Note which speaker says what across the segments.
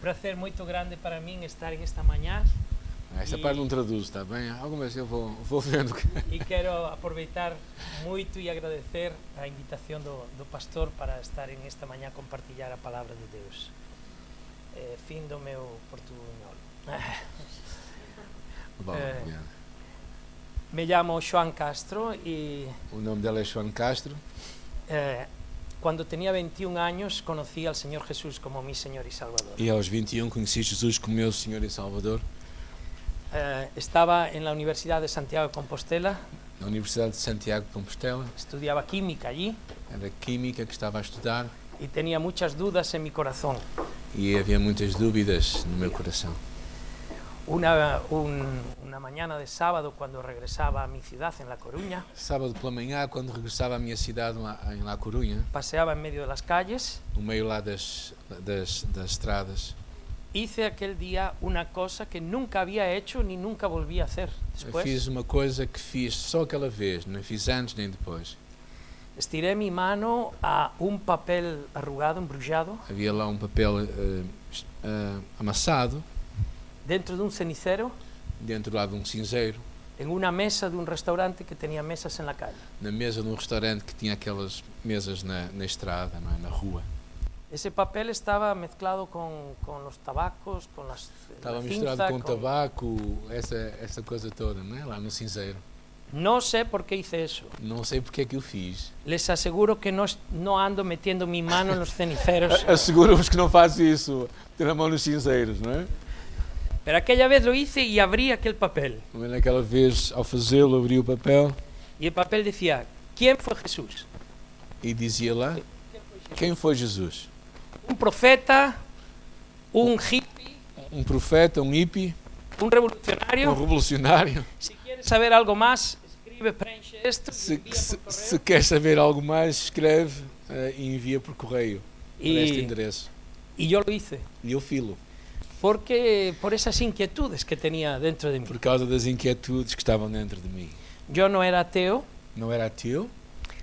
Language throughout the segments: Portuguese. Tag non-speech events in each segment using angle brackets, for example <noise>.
Speaker 1: prazer muito grande para mim estar esta manhã
Speaker 2: Essa
Speaker 1: E-
Speaker 2: parte não traduz, está bem? Alguma vez eu vou, vou
Speaker 1: <laughs>
Speaker 2: vendo. que-
Speaker 1: e quero aproveitar muito e agradecer a invitación do, do pastor para estar en esta mañá a compartillar a palabra de Deus. Eh, fin do meu portuñol.
Speaker 2: Bom,
Speaker 1: É.
Speaker 2: obrigado.
Speaker 1: Me llamo Joan Castro e
Speaker 2: O nome dela é João Castro.
Speaker 1: eh, cuando tenía 21 años conocí al Señor Jesús como mi Señor y Salvador.
Speaker 2: E aos 21 conheci Jesus como meu Senhor e Salvador
Speaker 1: Eh, estaba en la Universidad de Santiago de Compostela,
Speaker 2: na Universidade de Santiago de Compostela.
Speaker 1: estudiaba química allí
Speaker 2: Era química que estava a estudar
Speaker 1: y tenía muchas dudas en mi corazón.
Speaker 2: e havia muitas dúvidas no meu coração.
Speaker 1: Una, un- una mañana de sábado cuando regresaba a mi ciudad en La Coruña,
Speaker 2: Sábado pela manhã, quando regressava à minha cidade lá, em La Corunha,
Speaker 1: paseaba en medio de las calles,
Speaker 2: no meio lá das, das, das estradas,
Speaker 1: hice aquel día una cosa que nunca había hecho ni nunca volví a hacer.
Speaker 2: eu
Speaker 1: Después
Speaker 2: fiz uma coisa que fiz só aquela vez, não fiz antes nem depois.
Speaker 1: estiré mi mano a un papel arrugado, embrujado,
Speaker 2: Havia lá um papel eh, es- eh, amassado
Speaker 1: dentro de un cenicero,
Speaker 2: dentro lá de um cinzeiro,
Speaker 1: en una mesa de un restaurante que tenía mesas en la calle.
Speaker 2: na mesa de um restaurante que tinha aquelas mesas na, na estrada, não é? na rua.
Speaker 1: Ese papel estaba mezclado con, con los tabacos, con las... la
Speaker 2: Estava
Speaker 1: cinza,
Speaker 2: misturado com
Speaker 1: con-
Speaker 2: tabaco, essa, essa coisa toda, não é? lá no cinzeiro.
Speaker 1: No sé por qué hice eso.
Speaker 2: Não sei porque é que eu fiz.
Speaker 1: Les aseguro que no, es- no ando metiendo mi mano en los ceniceros.
Speaker 2: Asseguro-vos que não faço isso, ter a mão nos cinzeiros, não é?
Speaker 1: Pero aquella vez lo hice y abrí aquel papel.
Speaker 2: Mas naquela vez, ao fazê-lo, abri o papel
Speaker 1: Y el papel decía, ¿quién fue Jesús?
Speaker 2: e dizia lá: Quem foi Jesus?
Speaker 1: ¿Un profeta? ¿Un hippie?
Speaker 2: Um profeta, um hippie,
Speaker 1: ¿Un
Speaker 2: um
Speaker 1: revolucionario?
Speaker 2: revolucionário?
Speaker 1: Si quieres saber algo más, escribe, preenche esto y
Speaker 2: Se,
Speaker 1: envía
Speaker 2: se,
Speaker 1: por
Speaker 2: se
Speaker 1: correo.
Speaker 2: quer saber algo mais, escreve eh, e envia por correio para este
Speaker 1: Y,
Speaker 2: endereço.
Speaker 1: y yo lo hice.
Speaker 2: E eu filo,
Speaker 1: Porque por esas inquietudes que tenía dentro de mí.
Speaker 2: por causa das inquietudes que estavam dentro de mim.
Speaker 1: Yo no era ateo,
Speaker 2: Não era ateu,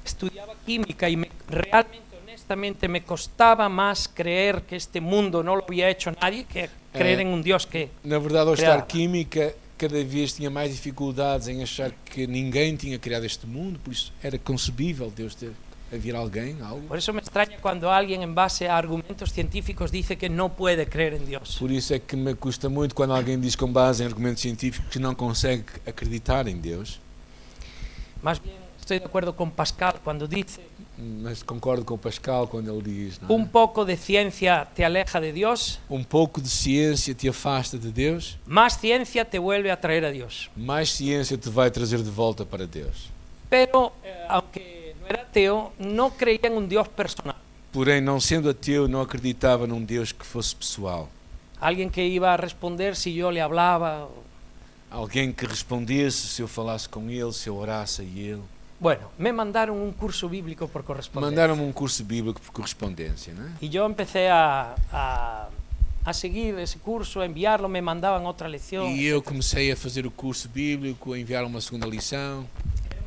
Speaker 1: estudiaba química y me, realmente, honestamente, me costaba más creer que este mundo no lo había hecho nadie que creer
Speaker 2: Eh,
Speaker 1: en un Dios que...
Speaker 2: Na verdade, ao
Speaker 1: Criar.
Speaker 2: estar química, cada vez tinha mais dificuldades em achar que ninguém tinha criado este mundo, por isso era concebível Deus ter haver alguém, algo.
Speaker 1: Por eso me extraña cuando alguien en base a argumentos científicos dice que no puede creer en Dios.
Speaker 2: Por isso é que me custa muito quando alguém diz com base em argumentos científicos que não consegue acreditar em Deus.
Speaker 1: Más bien estoy de acuerdo con Pascal cuando dice
Speaker 2: Mas concordo com o Pascal quando ele diz, não é?
Speaker 1: un poco de ciencia te aleja de Dios,
Speaker 2: um pouco de ciência te afasta de Deus,
Speaker 1: más ciencia te vuelve a traer a Dios.
Speaker 2: mais ciência te vai trazer de volta para Deus.
Speaker 1: Pero eh, aunque no era ateo, no creía en un Dios personal.
Speaker 2: Porém, não sendo ateu, não acreditava num Deus que fosse pessoal.
Speaker 1: Alguien que iba a responder si yo le hablaba. o-
Speaker 2: Alguém que respondesse se eu falasse com ele, se eu orasse a ele.
Speaker 1: Bueno, me mandaron un curso bíblico por correspondencia.
Speaker 2: Mandaram-me um curso bíblico por correspondência, né?
Speaker 1: Y yo empecé a, a- a seguir ese curso, a enviarlo, me mandaban otra lección.
Speaker 2: E eu comecei a fazer o curso bíblico, a enviar uma segunda lição.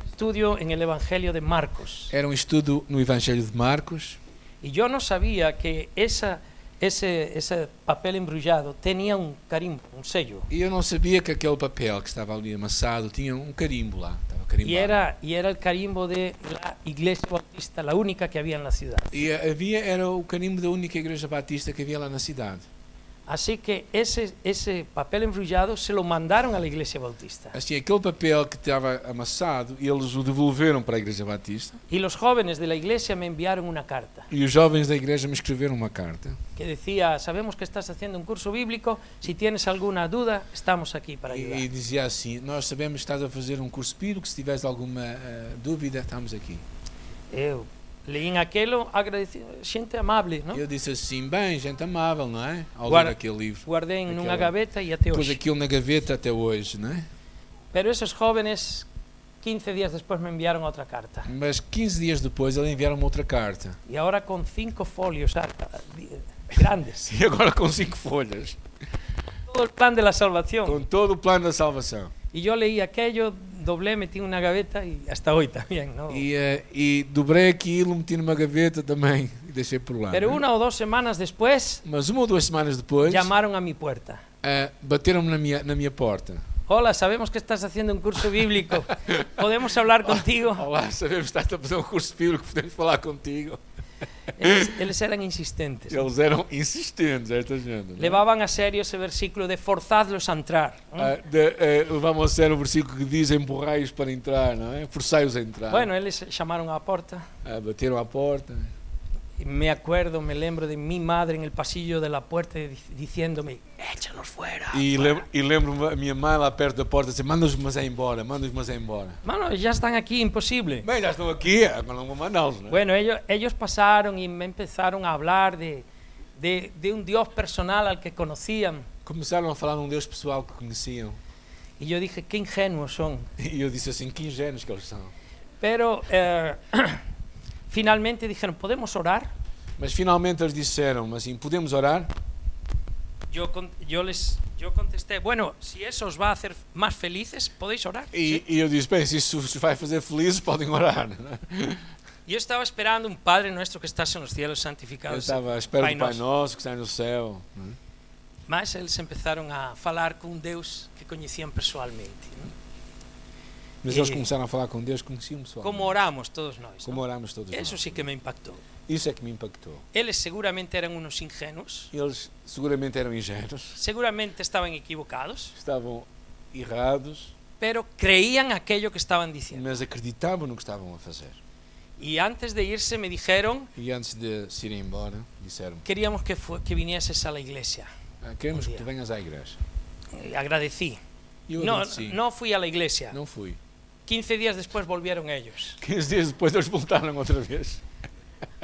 Speaker 1: estudio en el Evangelio de Marcos.
Speaker 2: Era um estudo no Evangelho de Marcos.
Speaker 1: Y yo no sabía que esa, esse, ese papel embrullado tenía un carimbo, un sello.
Speaker 2: E eu não sabia que aquele papel que estava ali amassado tinha um carimbo lá. Estava carimbado.
Speaker 1: Y era, y era el carimbo de la iglesia bautista, la única que había en la ciudad.
Speaker 2: E havia, era o carimbo da única igreja batista que havia lá na cidade.
Speaker 1: Así que ese, ese papel embrullado se lo mandaron a la iglesia bautista.
Speaker 2: Assim, aquele papel que estava amassado, eles o devolveram para a igreja batista.
Speaker 1: Y los jóvenes de la iglesia me enviaron una carta
Speaker 2: E os jovens da igreja me escreveram uma carta.
Speaker 1: que decía, sabemos que estás haciendo un curso bíblico, si tienes alguna duda, estamos aquí para
Speaker 2: E, e
Speaker 1: ayudar.
Speaker 2: dizia assim: Nós sabemos que estás a fazer um curso bíblico, se tiveres alguma eh, dúvida, estamos aqui.
Speaker 1: Eu leí en aquello agradecido, gente amable, ¿no?
Speaker 2: Eu disse assim: Bem, gente amável, não é? Ao ler
Speaker 1: Guarda-
Speaker 2: aquele livro.
Speaker 1: guardé en una
Speaker 2: Aquela-
Speaker 1: gaveta y até
Speaker 2: Pus
Speaker 1: hoy.
Speaker 2: aquilo na gaveta até hoje, não é?
Speaker 1: Pero esos jóvenes, 15 días después me enviaron otra carta.
Speaker 2: Mas 15 dias depois ele enviaram-me outra carta.
Speaker 1: Y ahora con cinco folios ah, ah, di- grandes.
Speaker 2: <laughs> E agora com cinco folhas.
Speaker 1: Todo el plan de la salvación.
Speaker 2: Com todo o plano da salvação.
Speaker 1: Y yo leí aquello, doblé, metí en una
Speaker 2: Oh.
Speaker 1: gaveta y hasta hoy también, ¿no?
Speaker 2: E, eh, e dobrei aquilo, meti numa gaveta também. <laughs> E desse problema.
Speaker 1: Pero una o dos semanas después,
Speaker 2: Mas uma ou duas semanas depois,
Speaker 1: llamaron a mi puerta.
Speaker 2: ah, bateram-me na minha, na minha porta.
Speaker 1: Hola, sabemos que estás haciendo un curso bíblico. ¿Podemos hablar contigo?
Speaker 2: Olá, sabemos que estás a fazer um curso bíblico, podemos falar contigo.
Speaker 1: Ellos, ellos eran insistentes.
Speaker 2: Eles eram insistentes, esta gente. não é?
Speaker 1: Levaban a serio ese versículo de forzadlos a entrar.
Speaker 2: Ah, de, eh, vamos a ser o versículo que diz empurrai-os para entrar, não é? Forçai-os a entrar.
Speaker 1: Bueno, ellos llamaron a la puerta.
Speaker 2: Ah, bateram à porta.
Speaker 1: Y me acuerdo, me lembro de mi madre en el pasillo de la puerta di- diciéndome, échalos fuera.
Speaker 2: E, lem- e lembro-me a minha mãe lá perto da porta a dizer: manda-os mas é embora, manda-os mas é embora.
Speaker 1: Mano, ya están aquí, imposible.
Speaker 2: Bem, já estão aqui, agora não vou mandá-los, não é?
Speaker 1: Bueno, ellos, ellos pasaron y me empezaron a hablar de, de- de un Dios personal al que conocían.
Speaker 2: Começaram a falar num Deus pessoal que conheciam. <laughs>
Speaker 1: Y yo dije, qué ingenuos son.
Speaker 2: E eu disse assim: que ingênuos que eles são.
Speaker 1: Pero eh, <clears throat> finalmente dijeron, ¿podemos orar?
Speaker 2: Mas finalmente eles disseram assim: podemos orar?
Speaker 1: Yo, con- yo les yo contesté, bueno, si eso os va a hacer más felices, podéis orar.
Speaker 2: E, e eu disse: bem, se isso os vai fazer felizes, podem orar. Não é?
Speaker 1: Yo estaba esperando un Padre nuestro que estás en los cielos
Speaker 2: Eu
Speaker 1: santificado. sea-
Speaker 2: estava à espera
Speaker 1: Pai
Speaker 2: do Pai
Speaker 1: Nosso.
Speaker 2: Nosso que está no céu. não é?
Speaker 1: Mas eles empezaram a falar com um Deus que conheciam pessoalmente. Não?
Speaker 2: Mas
Speaker 1: E-
Speaker 2: eles começaram a falar com Deus, conheciam pessoal.
Speaker 1: Como oramos todos nós.
Speaker 2: Como
Speaker 1: Não?
Speaker 2: orámos todos
Speaker 1: Isso
Speaker 2: nós.
Speaker 1: sí que me impactou.
Speaker 2: Isso é que me impactou.
Speaker 1: Eles seguramente eram uns ingênuos,
Speaker 2: Eles seguramente eram ingênuos,
Speaker 1: seguramente estavam equivocados,
Speaker 2: estavam errados,
Speaker 1: pero creían aquello que estaban diciendo.
Speaker 2: mas acreditavam no que estavam a fazer.
Speaker 1: Y antes de irse me dijeron,
Speaker 2: E antes de se irem embora, disseram:
Speaker 1: queríamos que, fue- que vinieses a la iglesia.
Speaker 2: "Ah, Queremos
Speaker 1: Bom
Speaker 2: que tu
Speaker 1: dia.
Speaker 2: venhas à igreja.
Speaker 1: Y agradecí.
Speaker 2: E eu
Speaker 1: No,
Speaker 2: agradeci.
Speaker 1: no fui a la iglesia.
Speaker 2: Não fui. <laughs>
Speaker 1: 15 días después volvieron ellos.
Speaker 2: 15 dias depois eles voltaram outra vez.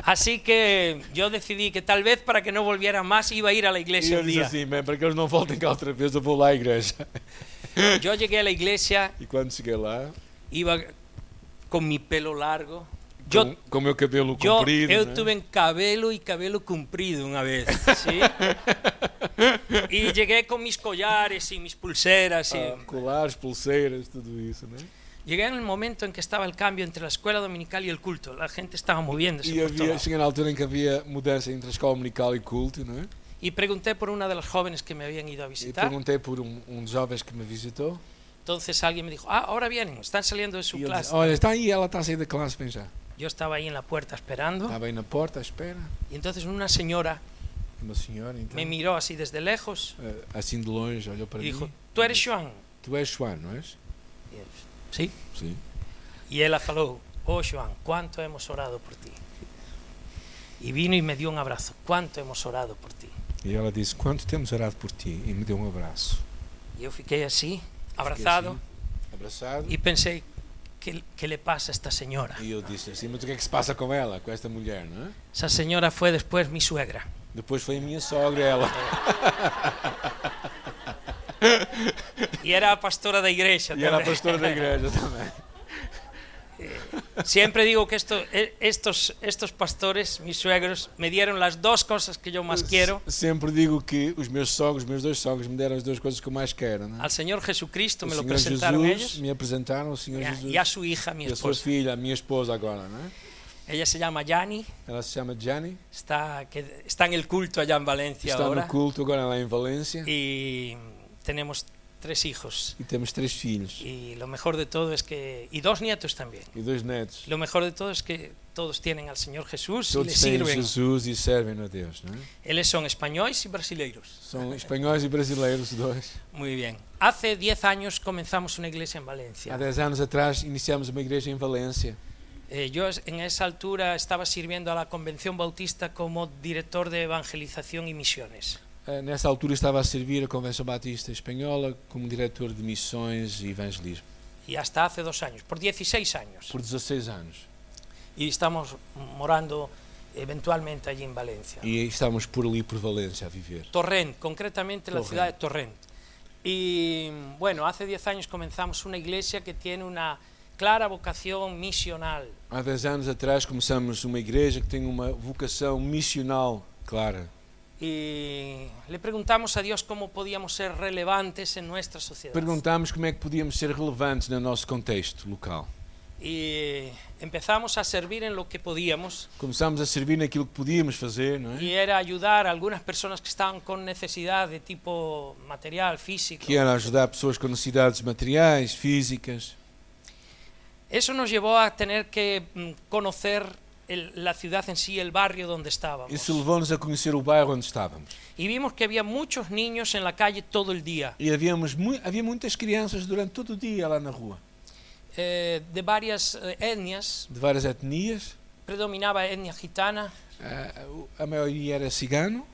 Speaker 1: Así que yo decidí que tal vez para que no volviera más iba a ir a la
Speaker 2: E
Speaker 1: iglesia
Speaker 2: eu
Speaker 1: un
Speaker 2: disse
Speaker 1: día.
Speaker 2: assim: "Bem, para que eles não voltem cá outra vez, eu vou lá à igreja.
Speaker 1: Yo llegué a la iglesia,
Speaker 2: E quando cheguei lá,
Speaker 1: iba con mi pelo largo.
Speaker 2: com,
Speaker 1: Yo,
Speaker 2: com o meu cabelo
Speaker 1: yo,
Speaker 2: comprido,
Speaker 1: eu
Speaker 2: né?
Speaker 1: tuve en cabello y cabello cumplido una
Speaker 2: <laughs>
Speaker 1: vez, ¿sí? Y llegué con mis collares y mis pulseras. y-
Speaker 2: Ah, colares, pulseiras, tudo isso. Né?
Speaker 1: Llegué en el momento en que estaba el cambio entre la escuela dominical y el culto. La gente estaba moviéndose.
Speaker 2: E
Speaker 1: por todo
Speaker 2: havia,
Speaker 1: lado.
Speaker 2: cheguei na altura em que havia mudança entre a escola dominical e culto, não é?
Speaker 1: Y pregunté por una de las jóvenes que me habían ido a
Speaker 2: E
Speaker 1: visitar.
Speaker 2: perguntei por um, um dos jovens que me visitou.
Speaker 1: Entonces alguien me dijo, ah, ahora vienen, están saliendo de su
Speaker 2: E ele disse,
Speaker 1: clase.
Speaker 2: Olha, está aí, ela está a sair da classe, vem já.
Speaker 1: Yo estaba ahí en la puerta esperando
Speaker 2: Estava aí na porta à espera.
Speaker 1: y entonces una señora
Speaker 2: Uma senhora, então,
Speaker 1: me miró así desde lejos
Speaker 2: eh, assim de longe, olhou para
Speaker 1: y
Speaker 2: mim.
Speaker 1: dijo, ¿tú eres Joan?
Speaker 2: Tu és João, não és?
Speaker 1: Y él, Sí.
Speaker 2: Sim.
Speaker 1: Y él falou, oh Joan, ¿cuánto hemos orado por ti? Y vino y me dio un abrazo, ¿cuánto hemos orado por ti?
Speaker 2: E ela disse, quanto temos orado por ti? E me deu um abraço.
Speaker 1: Y yo fiquei así,
Speaker 2: Fiquei
Speaker 1: abrazado,
Speaker 2: assim, abraçado.
Speaker 1: y pensé, ¿qué, qué le pasa a esta señora?
Speaker 2: E eu disse assim, mas o que é que se passa com ela, com esta mulher, não é?
Speaker 1: Esa señora fue después mi suegra.
Speaker 2: Depois foi a minha sogra, ela.
Speaker 1: Y era pastora de iglesia.
Speaker 2: E era a
Speaker 1: también.
Speaker 2: pastora da igreja também.
Speaker 1: <laughs> Siempre digo que esto- e- estos, estos pastores, mis suegros, me dieron las dos cosas que yo más quiero.
Speaker 2: Se- Sempre digo que os meus sogros, os meus dois sogros, me deram as duas coisas que eu mais quero, não é?
Speaker 1: Al Señor Jesucristo
Speaker 2: O
Speaker 1: me lo
Speaker 2: Senhor
Speaker 1: presentaron
Speaker 2: Jesus,
Speaker 1: ellos
Speaker 2: me apresentaram o Senhor
Speaker 1: y a,
Speaker 2: Jesus.
Speaker 1: y a su hija, mi
Speaker 2: E a sua
Speaker 1: esposa.
Speaker 2: filha, a minha esposa agora, não é?
Speaker 1: Ella se llama Yani,
Speaker 2: Ela se chama Gianni,
Speaker 1: está, que, está en el culto allá en Valencia
Speaker 2: está
Speaker 1: ahora
Speaker 2: no culto agora lá em Valência
Speaker 1: y tenemos tres hijos.
Speaker 2: e temos três filhos
Speaker 1: Y lo mejor de todo es que... Y dos nietos también.
Speaker 2: e dois netos.
Speaker 1: Lo mejor de todo es que todos tienen al Señor Jesús y le
Speaker 2: Todos têm
Speaker 1: sirven.
Speaker 2: Jesus e servem a Deus, não é?
Speaker 1: Ellos son españoles y brasileiros.
Speaker 2: São espanhóis e brasileiros os dois.
Speaker 1: Muy bien. Hace 10 años comenzamos una iglesia en Valencia.
Speaker 2: Há 10 anos atrás iniciámos uma igreja em Valência.
Speaker 1: Eh, yo es- en esa altura estaba sirviendo a la Convención Bautista como director de evangelización y misiones.
Speaker 2: Ah, Nessa altura estava a servir a Convenção Batista Espanhola como diretor de missões e evangelismo
Speaker 1: Y hasta hace dos años, por 16 años.
Speaker 2: por 16 anos.
Speaker 1: Y estamos morando eventualmente allí en Valencia.
Speaker 2: E estávamos por ali, por Valência, a viver.
Speaker 1: Torrent, concretamente la
Speaker 2: Torrent.
Speaker 1: ciudad de Torrent. Y bueno, hace 10 años comenzamos una iglesia que tiene una clara vocación misional.
Speaker 2: Há 10 anos atrás começamos uma igreja que tem uma vocação missional clara.
Speaker 1: Y le preguntamos a Dios cómo podíamos ser relevantes en nuestra sociedad.
Speaker 2: Perguntámos como é que podíamos ser relevantes no nosso contexto local.
Speaker 1: y eh, empezamos a servir en lo que podíamos
Speaker 2: Começámos a servir naquilo que podíamos fazer, não
Speaker 1: y
Speaker 2: é?
Speaker 1: era ayudar a algunas personas que estaban con necesidad de tipo material, físico.
Speaker 2: Que era ajudar pessoas com necessidades materiais, físicas.
Speaker 1: Eso nos llevó a tener que mm, conocer el- la ciudad en sí, el barrio donde estábamos.
Speaker 2: Isso levou-nos a conhecer o bairro onde estávamos.
Speaker 1: Y vimos que havia muitos niños en la calle todo el día,
Speaker 2: E havíamos mu havia muitas crianças durante todo o dia lá na rua,
Speaker 1: eh, de varias eh, etnias.
Speaker 2: de várias etnias.
Speaker 1: Predominaba etnia gitana,
Speaker 2: Ah, o- A, maioria era cigano,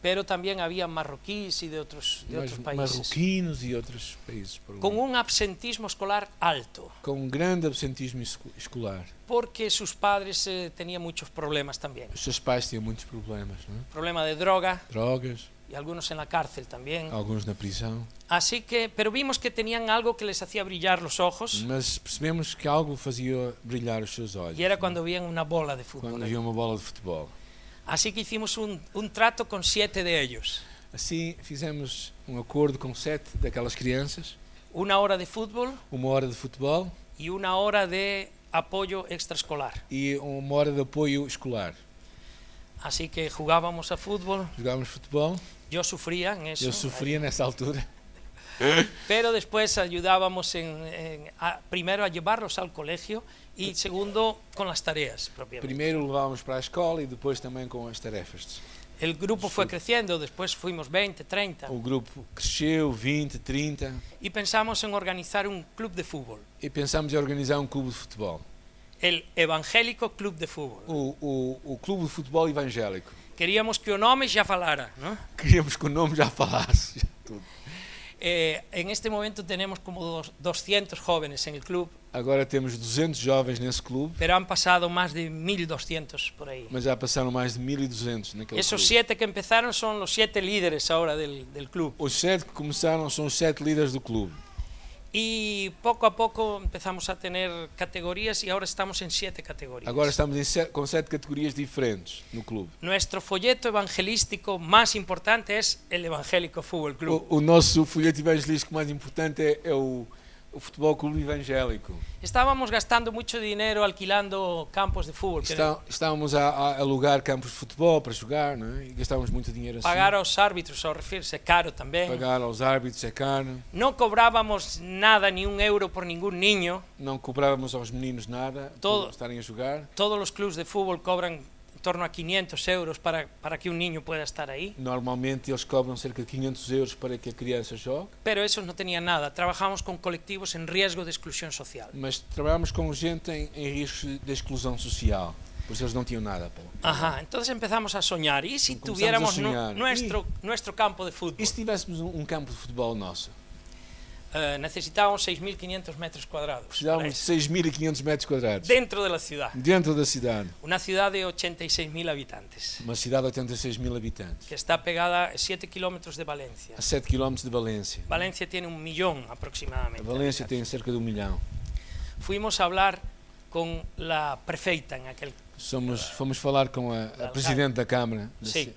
Speaker 1: pero también había marroquíes y de otros, de
Speaker 2: mas
Speaker 1: otros países.
Speaker 2: marroquinos e outros países. por
Speaker 1: Con
Speaker 2: lá.
Speaker 1: un absentismo escolar alto,
Speaker 2: Com um grande absentismo esco- escolar.
Speaker 1: porque sus padres eh, tenían muchos problemas también.
Speaker 2: Os seus pais tinham muitos problemas, não é?
Speaker 1: Problema de droga
Speaker 2: drogas,
Speaker 1: y algunos en la cárcel también.
Speaker 2: alguns na prisão.
Speaker 1: Así que, pero vimos que tenían algo que les hacía brillar los ojos
Speaker 2: Mas percebemos que algo fazia brilhar os seus olhos
Speaker 1: y era cuando veían una bola de
Speaker 2: quando
Speaker 1: fútbol.
Speaker 2: havia uma bola de futebol.
Speaker 1: Así que hicimos un, un trato con siete de ellos.
Speaker 2: Assim fizemos um acordo com sete daquelas crianças,
Speaker 1: Una hora de fútbol
Speaker 2: uma hora de futebol
Speaker 1: y una hora de apoyo extraescolar.
Speaker 2: e uma hora de apoio escolar.
Speaker 1: Así que jugábamos a fútbol,
Speaker 2: Jogávamos futebol,
Speaker 1: yo sufría en eso,
Speaker 2: eu sofria nessa altura,
Speaker 1: pero después ayudábamos en, en- a- primero a llevarlos al colegio y segundo con las tareas propiamente.
Speaker 2: primeiro levávamos para a escola e depois também com as tarefas.
Speaker 1: El grupo fue creciendo, después fuimos 20, 30
Speaker 2: O grupo cresceu, 20, 30,
Speaker 1: y pensamos en organizar un club de fútbol,
Speaker 2: e pensámos em organizar um clube de futebol.
Speaker 1: el Evangélico Club de Fútbol.
Speaker 2: O, o, o clube de futebol evangélico.
Speaker 1: Queríamos que o nome já falara, ¿no?
Speaker 2: Queríamos que o nome já falasse. já tudo.
Speaker 1: Eh, en este momento tenemos como dos- 200 jóvenes en el club,
Speaker 2: Agora temos 200 jovens nesse clube,
Speaker 1: pero han pasado más de 1.200 por ahí.
Speaker 2: mas já passaram mais de 1.200 naquele
Speaker 1: Esos
Speaker 2: clube.
Speaker 1: siete que empezaron son los siete líderes ahora del, del club.
Speaker 2: Os sete que começaram são os sete líderes do clube.
Speaker 1: Y poco a poco empezamos a tener categorías y ahora estamos en siete categorías.
Speaker 2: Agora estamos em sete- com sete categorias diferentes no clube.
Speaker 1: Nuestro folleto evangelístico más importante es el Evangélico Fútbol Club.
Speaker 2: O, o nosso folheto evangelístico mais importante é, é o, o Futebol Clube Evangélico.
Speaker 1: Estábamos gastando mucho dinero alquilando campos de fútbol. que
Speaker 2: Está, estávamos a, a alugar campos de futebol para jogar, não é? E gastávamos muito dinheiro assim.
Speaker 1: Pagar a los árbitros, ao referirse, caro también.
Speaker 2: Pagar aos árbitros é caro.
Speaker 1: No cobrábamos nada, ni un euro por ningún niño.
Speaker 2: Não cobrávamos aos meninos nada
Speaker 1: Todo.
Speaker 2: por estarem a jogar.
Speaker 1: Todos los clubes de fútbol cobran en torno a 500 euros para, para que un niño pueda estar ahí.
Speaker 2: Normalmente eles cobram cerca de 500 euros para que a criança jogue,
Speaker 1: Pero esos no tenían nada. Trabajamos con colectivos en riesgo de exclusión social.
Speaker 2: mas trabalhámos com gente em, em risco de exclusão social, pois eles não tinham nada. Pô.
Speaker 1: Ajá, entonces empezamos a soñar. ¿Y si
Speaker 2: Comenzamos a
Speaker 1: tuviéramos nu-
Speaker 2: soñar.
Speaker 1: nuestro, nuestro campo de
Speaker 2: E
Speaker 1: fútbol?
Speaker 2: se tivéssemos um, um campo de futebol nosso?
Speaker 1: Eh, necesitábamos 6.500 metros cuadrados para
Speaker 2: Precisávamos de
Speaker 1: eso,
Speaker 2: 6.500 metros quadrados,
Speaker 1: dentro de la ciudad.
Speaker 2: dentro da cidade.
Speaker 1: Una ciudad de 86.000 habitantes,
Speaker 2: Uma cidade de 86 mil habitantes,
Speaker 1: que está pegada a 7 kilómetros de Valencia.
Speaker 2: a 7 km de Valência.
Speaker 1: Valencia tiene un millón
Speaker 2: A
Speaker 1: aproximadamente. de
Speaker 2: Valência
Speaker 1: habitantes.
Speaker 2: tem cerca de um milhão.
Speaker 1: Fuimos a hablar con la prefeita en aquel
Speaker 2: Somos, fomos falar com a, a Presidente da Câmara da
Speaker 1: Sí.
Speaker 2: ci-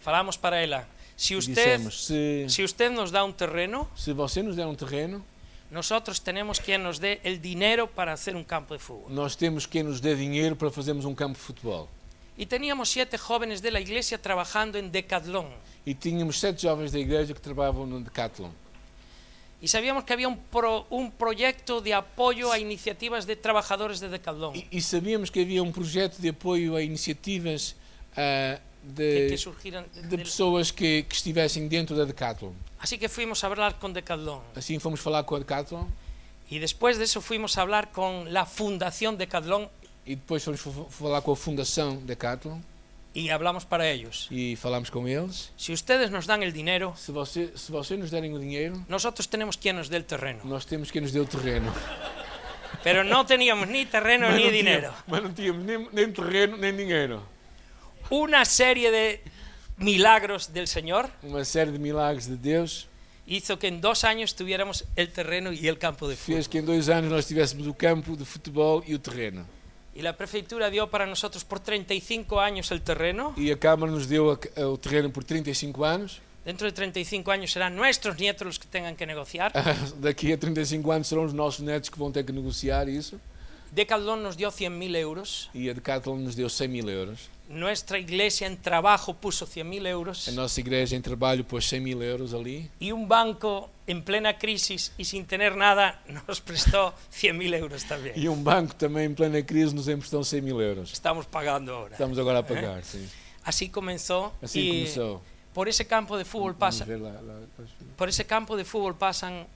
Speaker 1: Falamos para ela. Si
Speaker 2: e
Speaker 1: usted,
Speaker 2: dissemos: se,
Speaker 1: si usted nos da un terreno,
Speaker 2: se você nos der um terreno,
Speaker 1: nosotros tenemos quien nos dé el dinero para hacer un campo de fútbol.
Speaker 2: nós temos quem nos dê dinheiro para fazermos um campo de futebol.
Speaker 1: Y teníamos siete jóvenes de la iglesia trabajando en Decathlon.
Speaker 2: E tínhamos sete jovens da igreja que trabalhavam no Decathlon.
Speaker 1: Y sabíamos que había un, pro- un proyecto de apoyo a iniciativas de trabajadores de Decathlon
Speaker 2: E, e sabíamos que havia um projeto de apoio a iniciativas ah,
Speaker 1: que, é
Speaker 2: de,
Speaker 1: que surgieran. de-
Speaker 2: de
Speaker 1: del-
Speaker 2: pessoas que, que estivessem dentro da Decathlon.
Speaker 1: Así que fuimos a hablar con Decathlon.
Speaker 2: Assim fomos falar com a Decathlon
Speaker 1: Y después de eso fuimos a hablar con la Fundación Decathlon
Speaker 2: e depois fomos fa- falar com a Fundação Decathlon
Speaker 1: y hablamos para ellos.
Speaker 2: e falámos com eles.
Speaker 1: Si ustedes nos dan el dinero,
Speaker 2: Se você, se você nos derem o dinheiro,
Speaker 1: nosotros tenemos quien nos dé el terreno.
Speaker 2: nós temos quem nos dê o terreno.
Speaker 1: Pero no teníamos ni terreno ni dinero.
Speaker 2: Mas não tínhamos nem, nem terreno, nem dinheiro.
Speaker 1: Una serie de milagros del Señor
Speaker 2: Uma série de milagres de Deus
Speaker 1: hizo que en dos años tuviéramos el terreno y el campo de fútbol.
Speaker 2: fez que em dois anos nós tivéssemos o campo de futebol e o terreno.
Speaker 1: Y la prefectura dio para nosotros por 35 años el terreno.
Speaker 2: E a Câmara nos deu a ca- o terreno por 35 anos. <laughs>
Speaker 1: Dentro de 35 anos serán nuestros nietos los
Speaker 2: Ah.
Speaker 1: que tengan que negociar.
Speaker 2: Daqui a 35 anos serão os nossos netos que vão ter que negociar isso.
Speaker 1: Decathlon nos dio 100.000 euros.
Speaker 2: E a Decathlon nos deu 100 mil euros.
Speaker 1: Nuestra iglesia en trabajo puso 100.000
Speaker 2: A
Speaker 1: euros.
Speaker 2: nossa igreja em trabalho pôs 100 mil euros ali.
Speaker 1: Y un banco en plena crisis y sin tener nada nos prestó 100.000 euros también.
Speaker 2: E um banco também em plena crise nos emprestou 100 mil euros.
Speaker 1: Estamos pagando ahora.
Speaker 2: Estamos agora a pagar, sim.
Speaker 1: Así comenzó
Speaker 2: Assim
Speaker 1: y
Speaker 2: começou.
Speaker 1: por esse campo de fútbol
Speaker 2: Vamos
Speaker 1: pasa,
Speaker 2: ver lá- lá- lá-
Speaker 1: por ese campo de fútbol pasan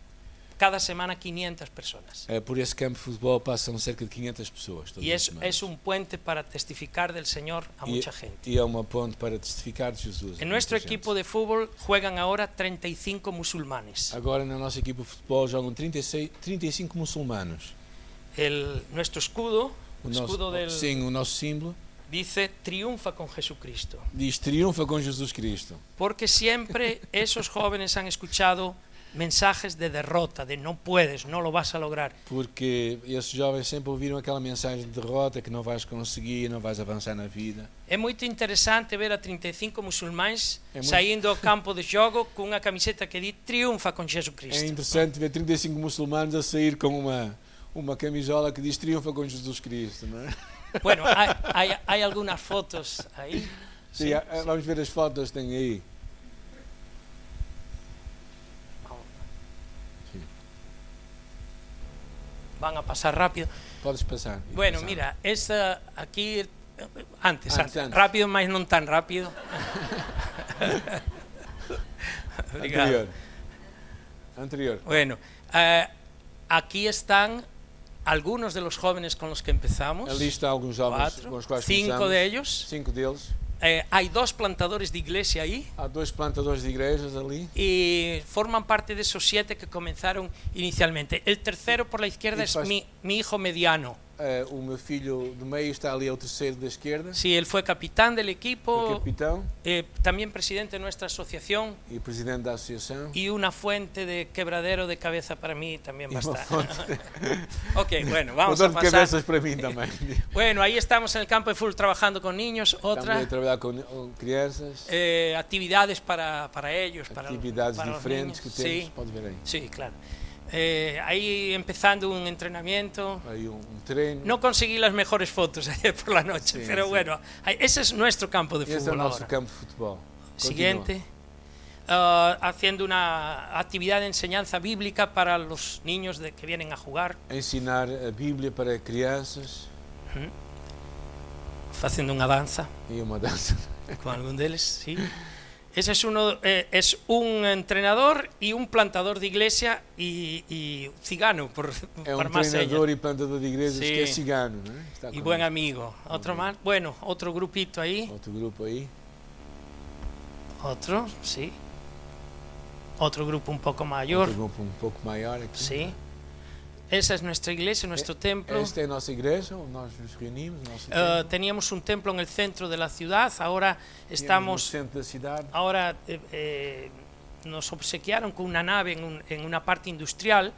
Speaker 1: cada semana 500 personas.
Speaker 2: Eh, Por esse campo de futebol passam cerca de 500 pessoas. todas
Speaker 1: Y
Speaker 2: as
Speaker 1: es,
Speaker 2: semanas.
Speaker 1: es un puente para testificar del Señor a
Speaker 2: Y-
Speaker 1: mucha gente.
Speaker 2: E é uma ponte para testificar de Jesus. a
Speaker 1: En nuestro
Speaker 2: muita gente.
Speaker 1: equipo de fútbol juegan ahora 35 musulmanes.
Speaker 2: Agora na nossa equipa de futebol jogam 36, 35 muçulmanos.
Speaker 1: El, nuestro escudo,
Speaker 2: O
Speaker 1: el escudo
Speaker 2: nosso,
Speaker 1: del,
Speaker 2: Sim, o nosso símbolo
Speaker 1: dice triunfa con Jesucristo.
Speaker 2: diz triunfa com Jesus Cristo.
Speaker 1: Porque siempre esos jóvenes han escuchado mensajes de derrota, de no puedes, no lo vas a lograr.
Speaker 2: Porque esses jovens sempre ouviram aquela mensagem de derrota que não vais conseguir, não vais avançar na vida.
Speaker 1: É muito interessante ver a 35 musulmães
Speaker 2: É muito-
Speaker 1: saindo ao campo de jogo com uma camiseta que diz triunfa com Jesus
Speaker 2: É
Speaker 1: Cristo.
Speaker 2: interessante ver 35 muçulmanos a sair com uma, uma camisola que diz triunfa com Jesus Cristo, não é?
Speaker 1: Bueno, hay, hay- hay algunas fotos ahí.
Speaker 2: Sim, ah, ah, vamos ver as fotos que têm aí.
Speaker 1: Van a pasar rápido.
Speaker 2: Podes passar.
Speaker 1: Bueno,
Speaker 2: Passar.
Speaker 1: mira, esta aquí eh, antes,
Speaker 2: Antes,
Speaker 1: antes,
Speaker 2: antes.
Speaker 1: rápido, mas non tan
Speaker 2: <laughs>
Speaker 1: rápido. Obrigado.
Speaker 2: Anterior. Anterior.
Speaker 1: Bueno, eh, aquí están algunos de los jóvenes con los que empezamos.
Speaker 2: Ali estão alguns jovens
Speaker 1: Cuatro,
Speaker 2: com os quais
Speaker 1: cinco
Speaker 2: começamos.
Speaker 1: de ellos.
Speaker 2: Cinco deles.
Speaker 1: Eh, hay dos plantadores de iglesia ahí
Speaker 2: Há dois plantadores de igrejas ali.
Speaker 1: y forman parte de esos siete que comenzaron inicialmente. El tercero por la izquierda
Speaker 2: Y
Speaker 1: es
Speaker 2: fas-
Speaker 1: mi, mi hijo mediano.
Speaker 2: Eh, o meu filho do meio está ali, é o terceiro da esquerda,
Speaker 1: Sí, él fue capitán del
Speaker 2: o
Speaker 1: equipo,
Speaker 2: capitão
Speaker 1: eh, también presidente de nuestra asociación
Speaker 2: e presidente da associação.
Speaker 1: y una fuente de quebradero de cabeza para mí también
Speaker 2: E uma
Speaker 1: basta.
Speaker 2: fonte.
Speaker 1: <laughs> ok, bueno,
Speaker 2: Com
Speaker 1: vamos a
Speaker 2: dor de
Speaker 1: pasar.
Speaker 2: cabeças para mim também.
Speaker 1: <laughs> Bueno, ahí estamos en el campo de full trabajando con niños,
Speaker 2: Também a
Speaker 1: otra.
Speaker 2: trabalhar com com crianças,
Speaker 1: eh, actividades para, para ellos, para,
Speaker 2: atividades
Speaker 1: para los
Speaker 2: diferentes que
Speaker 1: niños.
Speaker 2: temos. Pode ver aí.
Speaker 1: Sí, sí, claro. Eh, ahí empezando un entrenamiento.
Speaker 2: Aí um, um treino.
Speaker 1: No conseguí las mejores fotos <laughs> ayer por la noche,
Speaker 2: Sí,
Speaker 1: pero
Speaker 2: sí.
Speaker 1: bueno, ahí- esse es nuestro campo de
Speaker 2: Esse é o
Speaker 1: fútbol
Speaker 2: nosso
Speaker 1: ahora.
Speaker 2: campo de futebol. Continua.
Speaker 1: Siguiente. Ah, haciendo una actividad de enseñanza bíblica para los niños de, que vienen a jugar.
Speaker 2: Ensinar a Bíblia para crianças
Speaker 1: Haciendo una danza
Speaker 2: e é
Speaker 1: <laughs>
Speaker 2: uma dança.
Speaker 1: con algún de ellos, sí. Ese es, uno, eh, es un entrenador y un plantador de iglesia y, y cigano, por,
Speaker 2: É um
Speaker 1: para más ellas.
Speaker 2: treinador e plantador de igrejas
Speaker 1: Sim.
Speaker 2: que é cigano, não é? Está
Speaker 1: Y
Speaker 2: com
Speaker 1: buen amigo. Otro
Speaker 2: Ok.
Speaker 1: más. Bueno, otro grupito ahí.
Speaker 2: Outro grupo aí.
Speaker 1: Otro, sí. Otro grupo un poco mayor,
Speaker 2: Outro grupo um pouco maior aqui.
Speaker 1: sí. Esa es nuestra iglesia, nuestro templo.
Speaker 2: Esta é a nossa igreja, onde nós nos reunimos.
Speaker 1: Eh,
Speaker 2: Nosso templo.
Speaker 1: teníamos un templo en el centro de la ciudad, ahora
Speaker 2: no
Speaker 1: estamos,
Speaker 2: centro da cidade.
Speaker 1: ahora eh, eh, nos obsequiaron con una nave en, un- en una parte industrial